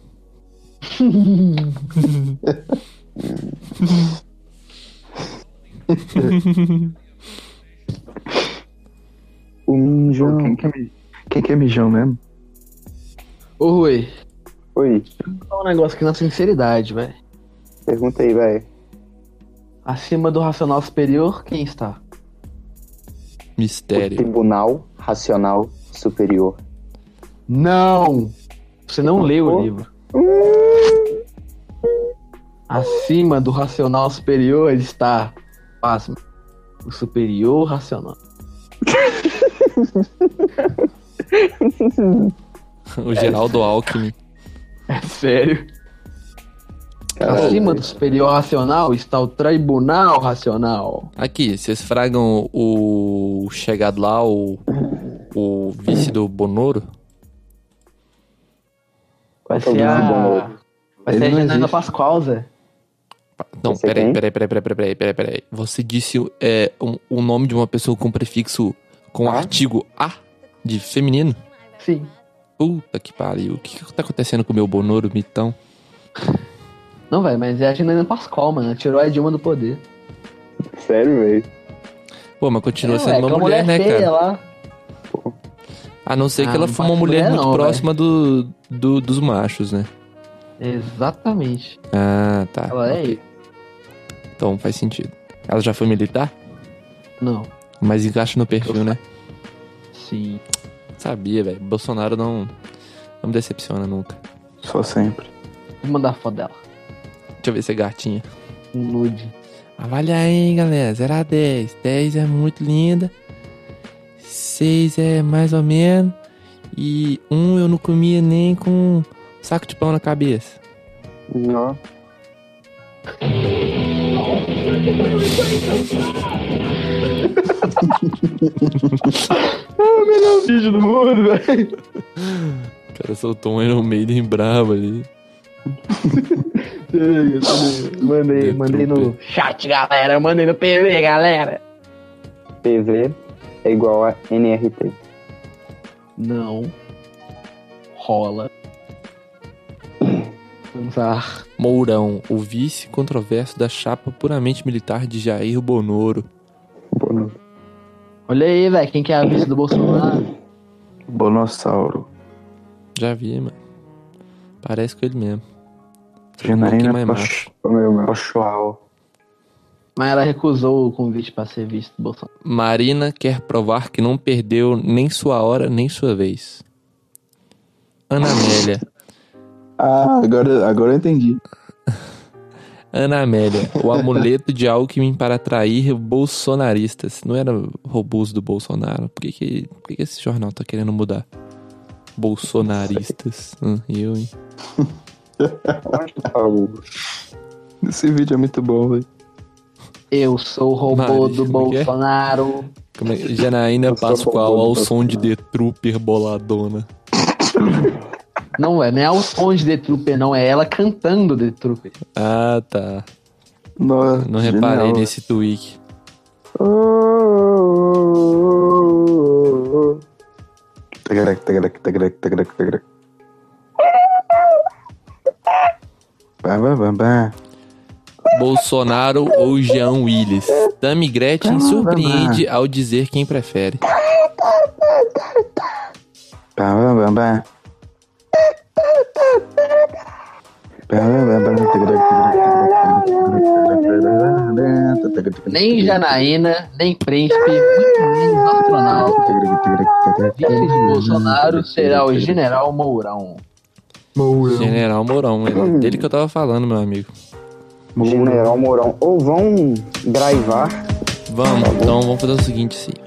Speaker 9: O Mijão. Quem que é, quem que é Mijão mesmo?
Speaker 5: Ô, Rui,
Speaker 6: Oi.
Speaker 5: vou falar um negócio aqui na sinceridade, velho.
Speaker 6: Pergunta aí, velho.
Speaker 5: Acima do racional superior, quem está?
Speaker 4: Mistério.
Speaker 6: Tribunal Racional Superior.
Speaker 5: Não! Você não leu
Speaker 6: Pô.
Speaker 5: o livro. Acima do racional superior está, pasmo, o superior racional.
Speaker 4: O Geraldo Alckmin.
Speaker 5: É sério.
Speaker 6: Caralho.
Speaker 5: Acima do superior racional está o tribunal racional.
Speaker 4: Aqui, vocês fragam o chegado lá, o, o vice do Bonoro?
Speaker 6: Qual
Speaker 5: Vai
Speaker 6: que
Speaker 5: ser
Speaker 6: é o nome do
Speaker 5: a...
Speaker 6: novo?
Speaker 5: Vai
Speaker 9: Ele
Speaker 5: ser a
Speaker 9: não
Speaker 5: Janaína
Speaker 9: existe.
Speaker 5: Pascoal, Zé.
Speaker 4: Não,
Speaker 6: Você
Speaker 4: peraí,
Speaker 6: quem?
Speaker 4: peraí, peraí, peraí, peraí, peraí, peraí, peraí. Você disse é, um- o nome de uma pessoa com prefixo com
Speaker 5: Ah?
Speaker 4: artigo A de feminino?
Speaker 5: Sim.
Speaker 4: Puta que pariu. O que, que tá acontecendo com o meu Bonoro, Mitão?
Speaker 5: Não, velho, mas é a Janaína Pascoal, mano. Tirou a Dilma do poder.
Speaker 6: Sério, velho.
Speaker 4: Pô, mas continua
Speaker 5: É,
Speaker 4: sendo
Speaker 5: ué,
Speaker 4: uma
Speaker 5: aquela
Speaker 4: mulher, né,
Speaker 5: feia
Speaker 4: cara?
Speaker 5: lá.
Speaker 4: A não ser
Speaker 5: Ah,
Speaker 4: que ela
Speaker 5: não
Speaker 4: for uma
Speaker 5: bate
Speaker 4: mulher
Speaker 5: mulher
Speaker 4: muito
Speaker 5: não,
Speaker 4: próxima do, do- dos machos, né?
Speaker 5: Exatamente.
Speaker 4: Ah, tá.
Speaker 5: Ela é
Speaker 4: Ok. Então faz sentido. Ela já foi militar?
Speaker 5: Não.
Speaker 4: Mas encaixa no perfil, né?
Speaker 5: Sim.
Speaker 4: Sabia, velho. Bolsonaro não, não me decepciona nunca.
Speaker 9: Só sempre.
Speaker 5: Vou mandar foto dela. Um
Speaker 4: Deixa eu ver se é gatinha.
Speaker 5: Nude.
Speaker 4: Avalia aí, hein, galera. 0 a 10. 10 é muito linda. 6 é mais ou menos. E 1 eu não comia nem com um saco de pão na cabeça.
Speaker 9: Ó.
Speaker 5: Vídeo do mundo, velho.
Speaker 4: O cara soltou um Iron Maiden brabo ali. The
Speaker 5: Mandei, mandei no
Speaker 4: Trooper.
Speaker 5: chat, galera. Mandei no PV, galera.
Speaker 6: PV é igual a NRT.
Speaker 5: Não. Rola. Usar.
Speaker 4: Mourão, o vice controverso da chapa puramente militar de Jair Bonoro.
Speaker 5: Olha aí, velho. Quem que é a vice do Bolsonaro?
Speaker 9: Bonossauro.
Speaker 4: Já vi, mano. Parece com ele mesmo. Só que Um pouquinho
Speaker 7: né,
Speaker 9: Janaína
Speaker 4: mais macho.
Speaker 9: Poch- Pochoal.
Speaker 5: Mas ela recusou o convite pra ser vice do Bolsonaro.
Speaker 4: Marina quer provar que não perdeu nem sua hora, nem sua vez. Ana Amélia.
Speaker 9: Ah, agora, agora eu entendi.
Speaker 4: Ana Amélia, o amuleto de Alckmin para atrair bolsonaristas. Não era robôs do Bolsonaro? Por que, que, por que, que esse jornal tá querendo mudar? Bolsonaristas. Hum, eu, hein?
Speaker 6: Onde tá o
Speaker 9: Esse vídeo é muito bom, velho.
Speaker 5: Eu sou o robô
Speaker 4: Mari,
Speaker 5: do
Speaker 4: como que é?
Speaker 5: Bolsonaro.
Speaker 4: Como é? Janaína
Speaker 6: sou
Speaker 4: Pascoal
Speaker 6: robô do
Speaker 4: ao som de The Trooper boladona.
Speaker 5: Não, é, não é o som de The Trooper, não. É ela cantando The Trooper.
Speaker 4: Ah, tá.
Speaker 9: Nossa,
Speaker 4: Não
Speaker 9: genial,
Speaker 4: reparei
Speaker 9: velho.
Speaker 4: nesse tweak.
Speaker 9: Tagarec, tagarec, tagarec, tagarec, tagarec.
Speaker 7: Bah, bah, bah, bah.
Speaker 4: Bolsonaro ou Jean Willis? Tammy Gretchen surpreende ao dizer quem prefere.
Speaker 7: Bah, bah, bah, bah. Bah, bah, bah, bah.
Speaker 5: Nem Janaína, nem Príncipe, muito menos astronauta. Vice de Bolsonaro será o General Mourão.
Speaker 4: General Mourão,
Speaker 6: Hum.
Speaker 4: é dele que eu tava falando, meu amigo.
Speaker 6: General Mourão. Ou vão graivar Tá
Speaker 4: Vamos, então vamos fazer o seguinte, sim.